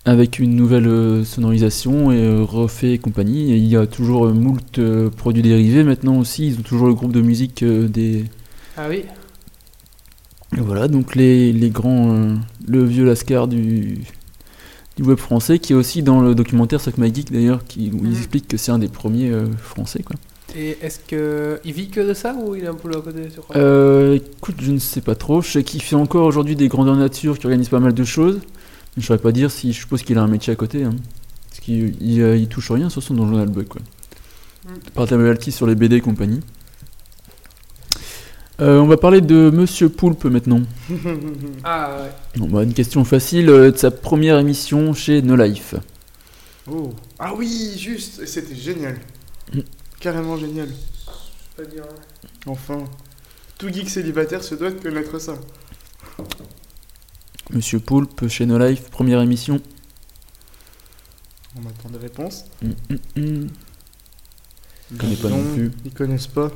avec une nouvelle euh, sonorisation et euh, refait et compagnie. Et il y a toujours euh, moult euh, produits dérivés maintenant aussi, ils ont toujours le groupe de musique euh, des...
Ah oui.
Et voilà, donc les, les grands... euh, le vieux Lascar du, du web français, qui est aussi dans le documentaire Sock My Geek d'ailleurs, qui, où
Mhm.
ils expliquent que c'est un des premiers euh, français. Quoi.
Et est-ce que il vit que de ça ou il est un peu à côté, tu crois
Euh, écoute, je ne sais pas trop, je sais qu'il fait encore aujourd'hui des grandeurs nature, qui organise pas mal de choses. Je saurais pas dire si je suppose qu'il a un métier à côté. hein. Parce qu'il il, euh, il touche rien sur son donjon d'Albuck. Quoi.
Mm.
Par la malaltie sur les BD et compagnie. Euh, on va parler de Monsieur Poulpe maintenant.
Ah ouais.
Bon, bah, une question facile euh, de sa première émission chez No Life.
Oh. Ah oui, juste. Et c'était génial.
Mm.
Carrément génial.
Je peux pas dire. hein.
Enfin. Tout geek célibataire se doit de connaître ça.
Monsieur Poulpe chez No Life, première émission.
On attend des réponses.
Mm, mm, mm.
Je
connais pas non plus.
Ils connaissent pas.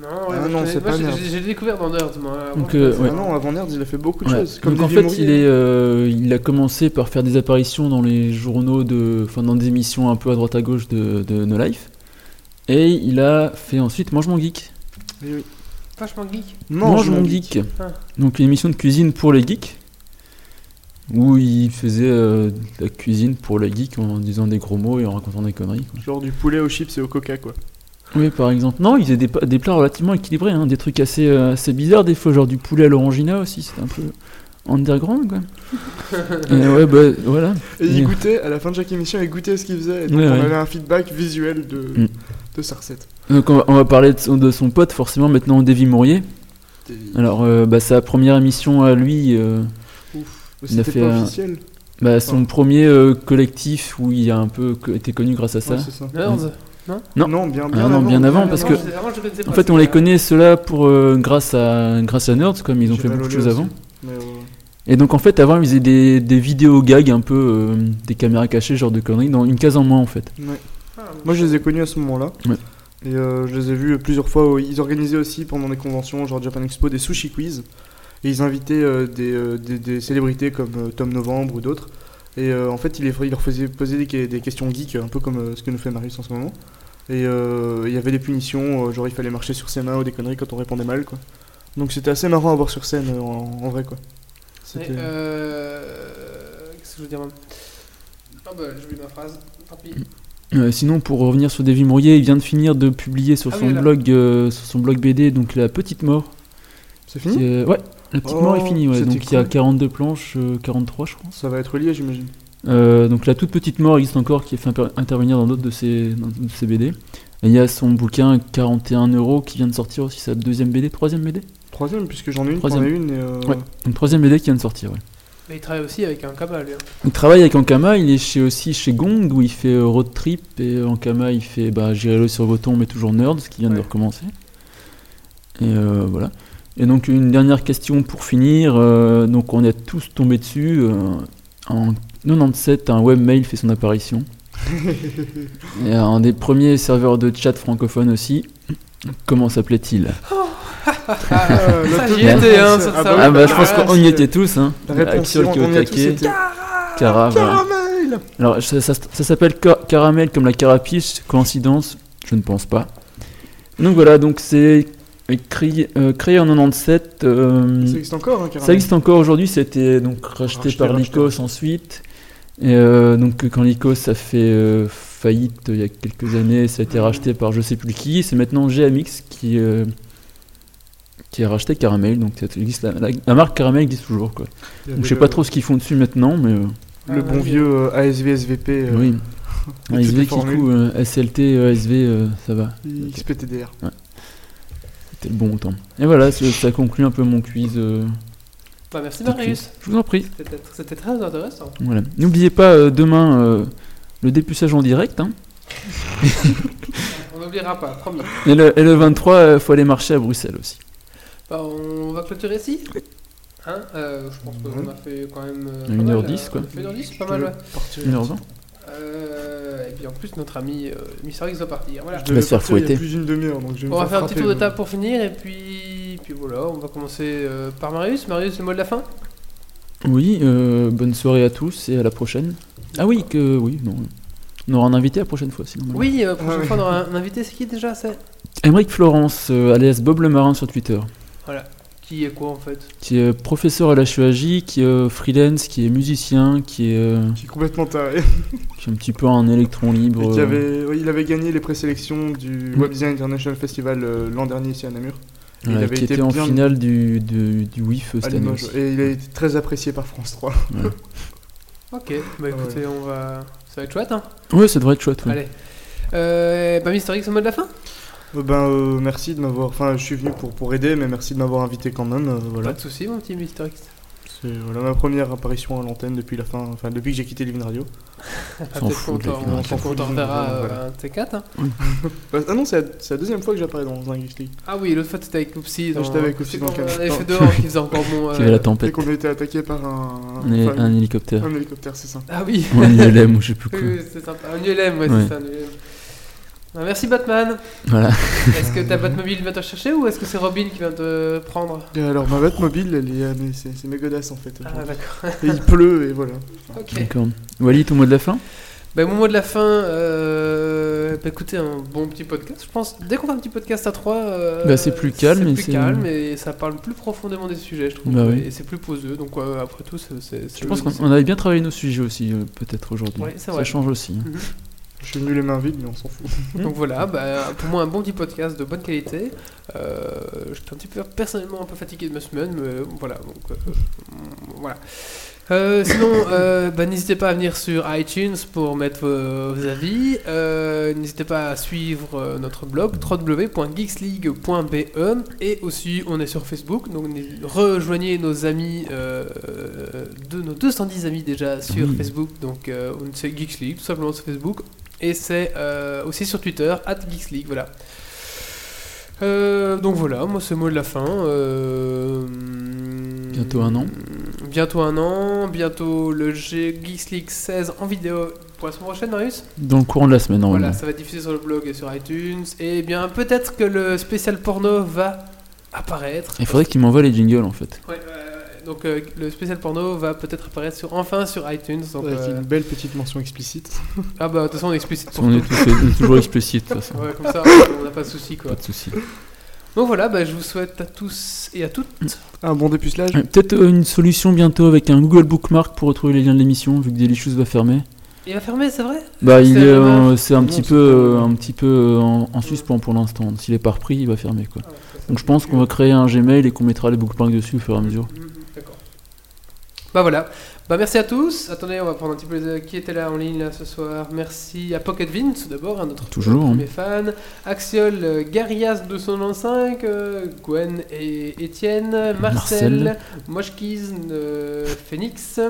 Non, ouais, moi,
Ah non,
je-
c'est
moi,
pas
j'ai-
Nerd.
j'ai- J'ai découvert dans Nerd, moi. avant.
Donc, euh, ouais.
Ah non, avant Nerd, il a fait beaucoup de
Ouais.
choses. Comme
Donc en
Didier
fait, il,
Mourier.
est, euh, il a commencé par faire des apparitions dans les journaux, de, enfin dans des émissions un peu à droite à gauche de, de No Life. Et il a fait ensuite Mange mon geek.
Oui, Eh oui.
Vachement geek.
Mange, mon geek.
Ah.
Donc une émission de cuisine pour les geeks. Où il faisait euh, de la cuisine pour les geeks en disant des gros mots et en racontant des conneries. quoi.
Genre du poulet aux chips et au coca, quoi.
Oui, par exemple. Non, il faisait des, pa- des plats relativement équilibrés, hein, des trucs assez, euh, assez bizarres des fois, genre du poulet à l'orangina aussi. C'était un peu, Underground, quoi. Et ouais, bah voilà.
Et il
Yeah.
goûtait, à la fin de chaque émission, il goûtait ce qu'il faisait. Et donc
Ouais,
on
ouais.
avait un feedback visuel de,
Mm.
de sa recette.
Donc on va, on va parler de son, de son pote forcément maintenant, Davy Mourier. Alors euh, bah, sa première émission à lui, euh, Il a
C'était
fait euh,
pas
un-
officiel.
bah, son
Ouais.
premier euh, collectif où il a un peu co- été connu grâce à ça.
Ouais, c'est ça.
Nerds
Non.
Non, bien,
Ah
bien
non,
avant.
bien avant, parce
Non,
que-
je- vraiment, je connaissais
en
pas
fait
ça.
on les connaît ceux-là pour euh, grâce à grâce à Nerds comme ils ont
J'ai
fait beaucoup de
valolé
choses
aussi.
avant.
Mais, euh,
Et donc en fait avant ils faisaient des, des vidéos gags un peu euh, des caméras cachées genre de conneries dans une case en moins en fait.
ouais.
Ah,
Moi, je les ai connus à ce moment-là.
Ouais.
Et euh, je les ai vus plusieurs fois. Ils organisaient aussi pendant des conventions, genre Japan Expo, des sushi quiz. Et ils invitaient euh, des, euh, des, des célébrités comme euh, Tom Novembre ou d'autres. Et euh, en fait, ils, les, ils leur faisaient poser des, que- des questions geeks, un peu comme euh, ce que nous fait Marius en ce moment. Et euh, il y avait des punitions, euh, genre il fallait marcher sur ses mains ou des conneries quand on répondait mal, quoi. Donc c'était assez marrant à voir sur scène euh, en, en vrai, quoi.
Mais,
C'était.
euh, Qu'est-ce que je veux dire hein Ah bah, j'ai oublié ma phrase. Tant pis.
Euh, sinon pour revenir sur Davy Mourier, il vient de finir de publier sur
Ah
son
oui, là.
blog euh, sur son blog BD donc la petite mort.
C'est
qui,
fini
euh, ouais. La petite mort est
Hmm Oh,
finie, ouais.
c'était
donc il y a
cool.
42 planches, euh, 43 je crois.
Ça va être lié, j'imagine.
Euh, donc la toute petite mort existe encore qui est fait imper- intervenir dans d'autres de ses, dans d'autres de ses BD. Et il y a son bouquin 41 euros qui vient de sortir aussi sa deuxième BD, troisième BD
Troisième, puisque j'en ai une,
Troisième.
t'en as une. Et, euh,
Ouais. Une troisième BD qui vient de sortir, ouais.
Mais il travaille aussi avec un cabas, lui. hein.
Il travaille avec Ankama, il est chez, aussi chez Gong où il fait euh, Road Trip et euh, Ankama il fait bah, J'irai-le sur vos tombes mais toujours Nerd, ce qui vient
Ouais.
de recommencer. Et euh, voilà. Et donc une dernière question pour finir, euh, donc on est tous tombé dessus. euh, en 97, un webmail fait son apparition. Et euh, un des premiers serveurs de chat francophone aussi. Comment s'appelait-il
Euh,
Ça,
la
j'y
totale.
étais, hein, ça, ça.
Ah bah oui,
Ah bah
ouais,
je pense
ouais,
qu'on y était tous, hein.
La réponse,
Axiol
on-
qui est au
on y a tous
taquet,
été. Ah,
Cara, voilà.
Caramel
Alors, ça, ça- ça s'appelle car- caramel comme la carapiche, coïncidence Je ne pense pas. Donc voilà, donc c'est écrit, euh, créé en 97.
Mm.
euh,
Ça existe encore, hein,
ça
caramel
existe encore aujourd'hui, c'était euh, donc racheté,
Racheté,
par
racheté,
Lycos ensuite. Et euh, donc quand Lycos a fait euh, faillite il y a quelques années, ça a
Mhm.
été racheté par je sais plus qui. C'est maintenant GMX qui, euh, qui a racheté Caramel. Donc ça existe, la, la- la marque Caramel existe toujours. Quoi.
Il y avait
Donc, je sais
le-
pas trop ce qu'ils font dessus maintenant, mais... euh,
Le
Ah,
bon vieux euh, ASV, SVP, euh,
oui.
et
Un
toutes les
SV qui
formules.
coût, euh, SLT, euh, SV, euh, ça va.
XPTDR.
C'était le bon temps. Et voilà, ça, ça conclut un peu mon quiz. euh,
Bah, merci,
tout de
Marius.
suite. Je vous en prie.
C'était c'était très intéressant.
Voilà. N'oubliez pas euh, demain euh, le dépuçage en direct. hein.
On n'oubliera pas, promis.
Et, le, et le 23, euh, faut aller marcher à Bruxelles aussi.
Bah, on va clôturer ici Hein euh, Je pense qu'on a fait quand même. euh, pas
Une
mal,
heure
euh,
dix, quoi.
On a fait une heure dix, c'est pas mal, ouais.
1h20.
Euh, et puis en plus, notre ami euh, Mister X doit partir. Voilà.
Je devais
se faire
partir il y a
fouetter.
plus d'une demi-heure, donc je vais me
On va faire un petit
frapper, hein.
tour de
mais-
table pour finir et puis, puis voilà, on va commencer euh, par Marius. Marius, le mot de la fin
Oui, euh, bonne soirée à tous et à la prochaine. Ah oui, que oui, non. On aura un invité la prochaine fois, sinon.
Oui, euh, prochaine
Ah oui.
fois, on aura un invité, c'est qui déjà C'est
Émeric Florence, euh, alias Bob le Marin sur Twitter,
Qui est quoi en fait
qui est professeur à la HEAJ, qui est euh, freelance, qui est musicien, qui est, euh,
Qui est complètement taré.
qui est un petit peu un électron libre.
Et qui
euh,
avait... oui, il avait gagné les présélections du
Mm.
Web Design International Festival euh, l'an dernier ici à Namur. Et
Ouais,
il avait
qui
été
était en
bien-
finale du, du, du WIF euh,
à
cette année.
Limoges.
aussi.
Et il a été très apprécié par France 3.
Ok,
Ah
bah écoutez, on va. Ça va être chouette, hein
Ouais, ça devrait être chouette. ouais.
Allez. Euh, bah, Mister X, le mot de la fin
Euh, Ben, euh, merci de m'avoir. Enfin, je suis venu pour, pour aider, mais merci de m'avoir invité quand même. euh, voilà.
Pas de soucis, mon petit Mister X.
C'est voilà, ma première apparition à l'antenne depuis la fin, enfin depuis que j'ai quitté Living Radio.
Ah,
S'en
peut-être
fout,
qu'on
la vie,
t'en-
on
qu'on
s'en fout.
t'en verra
Voilà.
un de ces quatre. hein.
Bah, ah non, c'est la, c'est la deuxième fois que j'apparais dans un Geeks League.
Ah oui, l'autre fois, t'étais avec Oupsi.
Ah, j'étais avec Oupsi dans le
On avait
camion.
fait dehors, qui faisait encore bon.
Qui avait la
euh,
Dès
tempête.
qu'on a été attaqué par un,
Un, hé-
enfin,
un hélicoptère.
un hélicoptère, c'est ça.
Ah oui,
Ou un ILM, ou je sais plus
Oui,
quoi.
oui, c'est sympa. Un ULM, ouais, c'est
Ouais.
ça, un ULM. Ah, merci Batman.
Voilà.
Est-ce que ta Batmobile vient te chercher ou est-ce que c'est Robin qui vient te prendre
Et alors ma batte mobile, elle est, euh, mais c'est, c'est Megodas en fait.
Ah
aujourd'hui.
d'accord.
et il pleut et voilà.
Ok.
D'accord. Wally, ton mot de la fin
Bah, mon mot de la fin, euh, bah, écoutez, un bon petit podcast. Je pense, dès qu'on fait un petit podcast à trois, euh,
Bah, c'est plus calme
c'est
et
plus
c'est-
calme et ça parle plus profondément des sujets, je trouve.
Bah oui.
Et c'est plus poseux. Donc euh, après tout, c'est. c'est-
Je
c'est-
pense qu'on
c'est-
on avait bien travaillé nos sujets aussi, euh, peut-être aujourd'hui.
Ouais, c'est
ça
vrai.
change aussi. hein.
Je Je suis venu les mains vides, mais on s'en fout.
Donc voilà, bah, pour moi un bon petit podcast de bonne qualité. Euh, J'étais un petit peu personnellement un peu fatigué de ma semaine, mais voilà. Donc, euh, voilà. Euh, sinon, euh, bah, n'hésitez pas à venir sur iTunes pour mettre vos, vos avis. Euh, n'hésitez pas à suivre euh, notre blog www.geeksleague.be et aussi on est sur Facebook. Donc n'hés- rejoignez nos amis, euh, de, nos 210 amis déjà sur
Oui.
Facebook. Donc euh, on- c'est Geeks League tout simplement sur Facebook. Et c'est euh, aussi sur Twitter, at Geeks League, voilà. Euh, donc voilà, moi c'est le mot de la fin. euh,
Bientôt un an.
Bientôt un an, bientôt le G Geeks League 16 en vidéo pour la semaine prochaine, Marius.
Dans le courant de la semaine, normalement.
Voilà, ça va être diffusé sur le blog et sur iTunes. Et bien peut-être que le spécial porno va apparaître.
Il faudrait qu'il m'envoie les jingles en fait.
Ouais, euh, donc euh, le spécial porno va peut-être apparaître sur, enfin sur iTunes. donc,
Avec
euh,
une belle petite mention explicite.
Ah bah de toute façon on est explicite
Parce
pour
qu'on est,
tout.
tous- on est toujours explicite de toute façon.
Ouais, comme ça on n'a pas de soucis quoi.
Pas de soucis.
Donc voilà, bah, je vous souhaite à tous et à toutes
Un bon dépucelage.
Ouais, Peut-être euh, une solution bientôt avec un Google Bookmark pour retrouver les liens de l'émission vu que Delicious va fermer.
Il va fermer, c'est vrai
Bah il
C'est
est,
dommage.
euh, c'est un
Non,
petit
c'est
peu, euh,
pas-
un petit peu euh, en, en suspens pour l'instant. S'il est pas repris, il va fermer quoi.
Ah,
Donc je pense qu'on va créer un Gmail et qu'on mettra les bookmarks dessus au fur et à mesure.
Mm, mm, D'accord. Bah voilà. Bah merci à tous. Attendez, on va prendre un petit peu les... qui était là en ligne là, ce soir. Merci à Pocket Vince d'abord, à notre
Toujours, hein.
premier fan. Axiol, euh, Garias295, euh, Gwen et Étienne, Marcel,
Marcel.
Moshkiz, euh, Phoenix.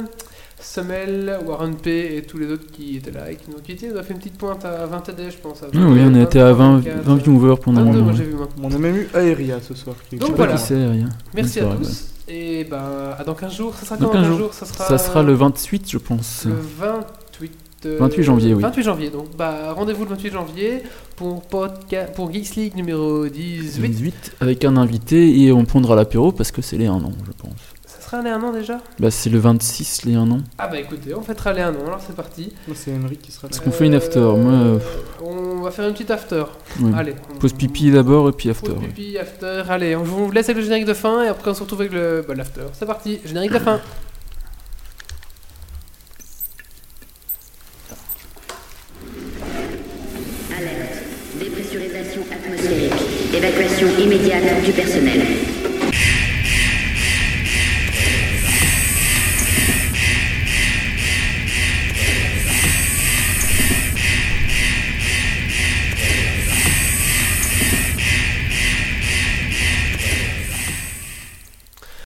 Semel, Warren P et tous les autres qui étaient là et qui nous ont quittés. On a fait une petite pointe à 20 TD, je pense. à
Ah oui, on
23,
était à 20,
24,
20 viewers hein. pendant un
22, moi
moment.
j'ai vu moi.
On a même eu Aeria ce soir. qui-
Donc
qui-
voilà.
Qui sait, rien.
Merci à
Bonne soirée,
tous. Et bah, à dans 15 jours. Ça sera
Dans
quand
15
15
jours.
jours ça sera...
Ça sera le 28, je pense.
Le 28, euh,
28 janvier, oui.
28 janvier, donc bah, rendez-vous le 28 janvier pour, podca- pour Geeks League numéro 18.
18 avec un invité et on prendra l'apéro parce que c'est les 1 an, je pense.
Ça sera allé un an déjà
Bah, c'est le 26, les 1 an.
Ah bah écoutez, on fêtera les un an, alors c'est parti.
Moi, C'est Emery qui sera là.
Est-ce qu'on fait une after Moi, euh,
On va faire une petite after.
Ouais.
Allez.
Pause
on-
pipi d'abord et puis after.
Pause
ouais.
pipi, after. Allez, on vous laisse avec le générique de fin et après on se retrouve avec le, bah, l'after. C'est parti, générique de fin.
Alerte. Dépressurisation atmosphérique. Évacuation immédiate du personnel.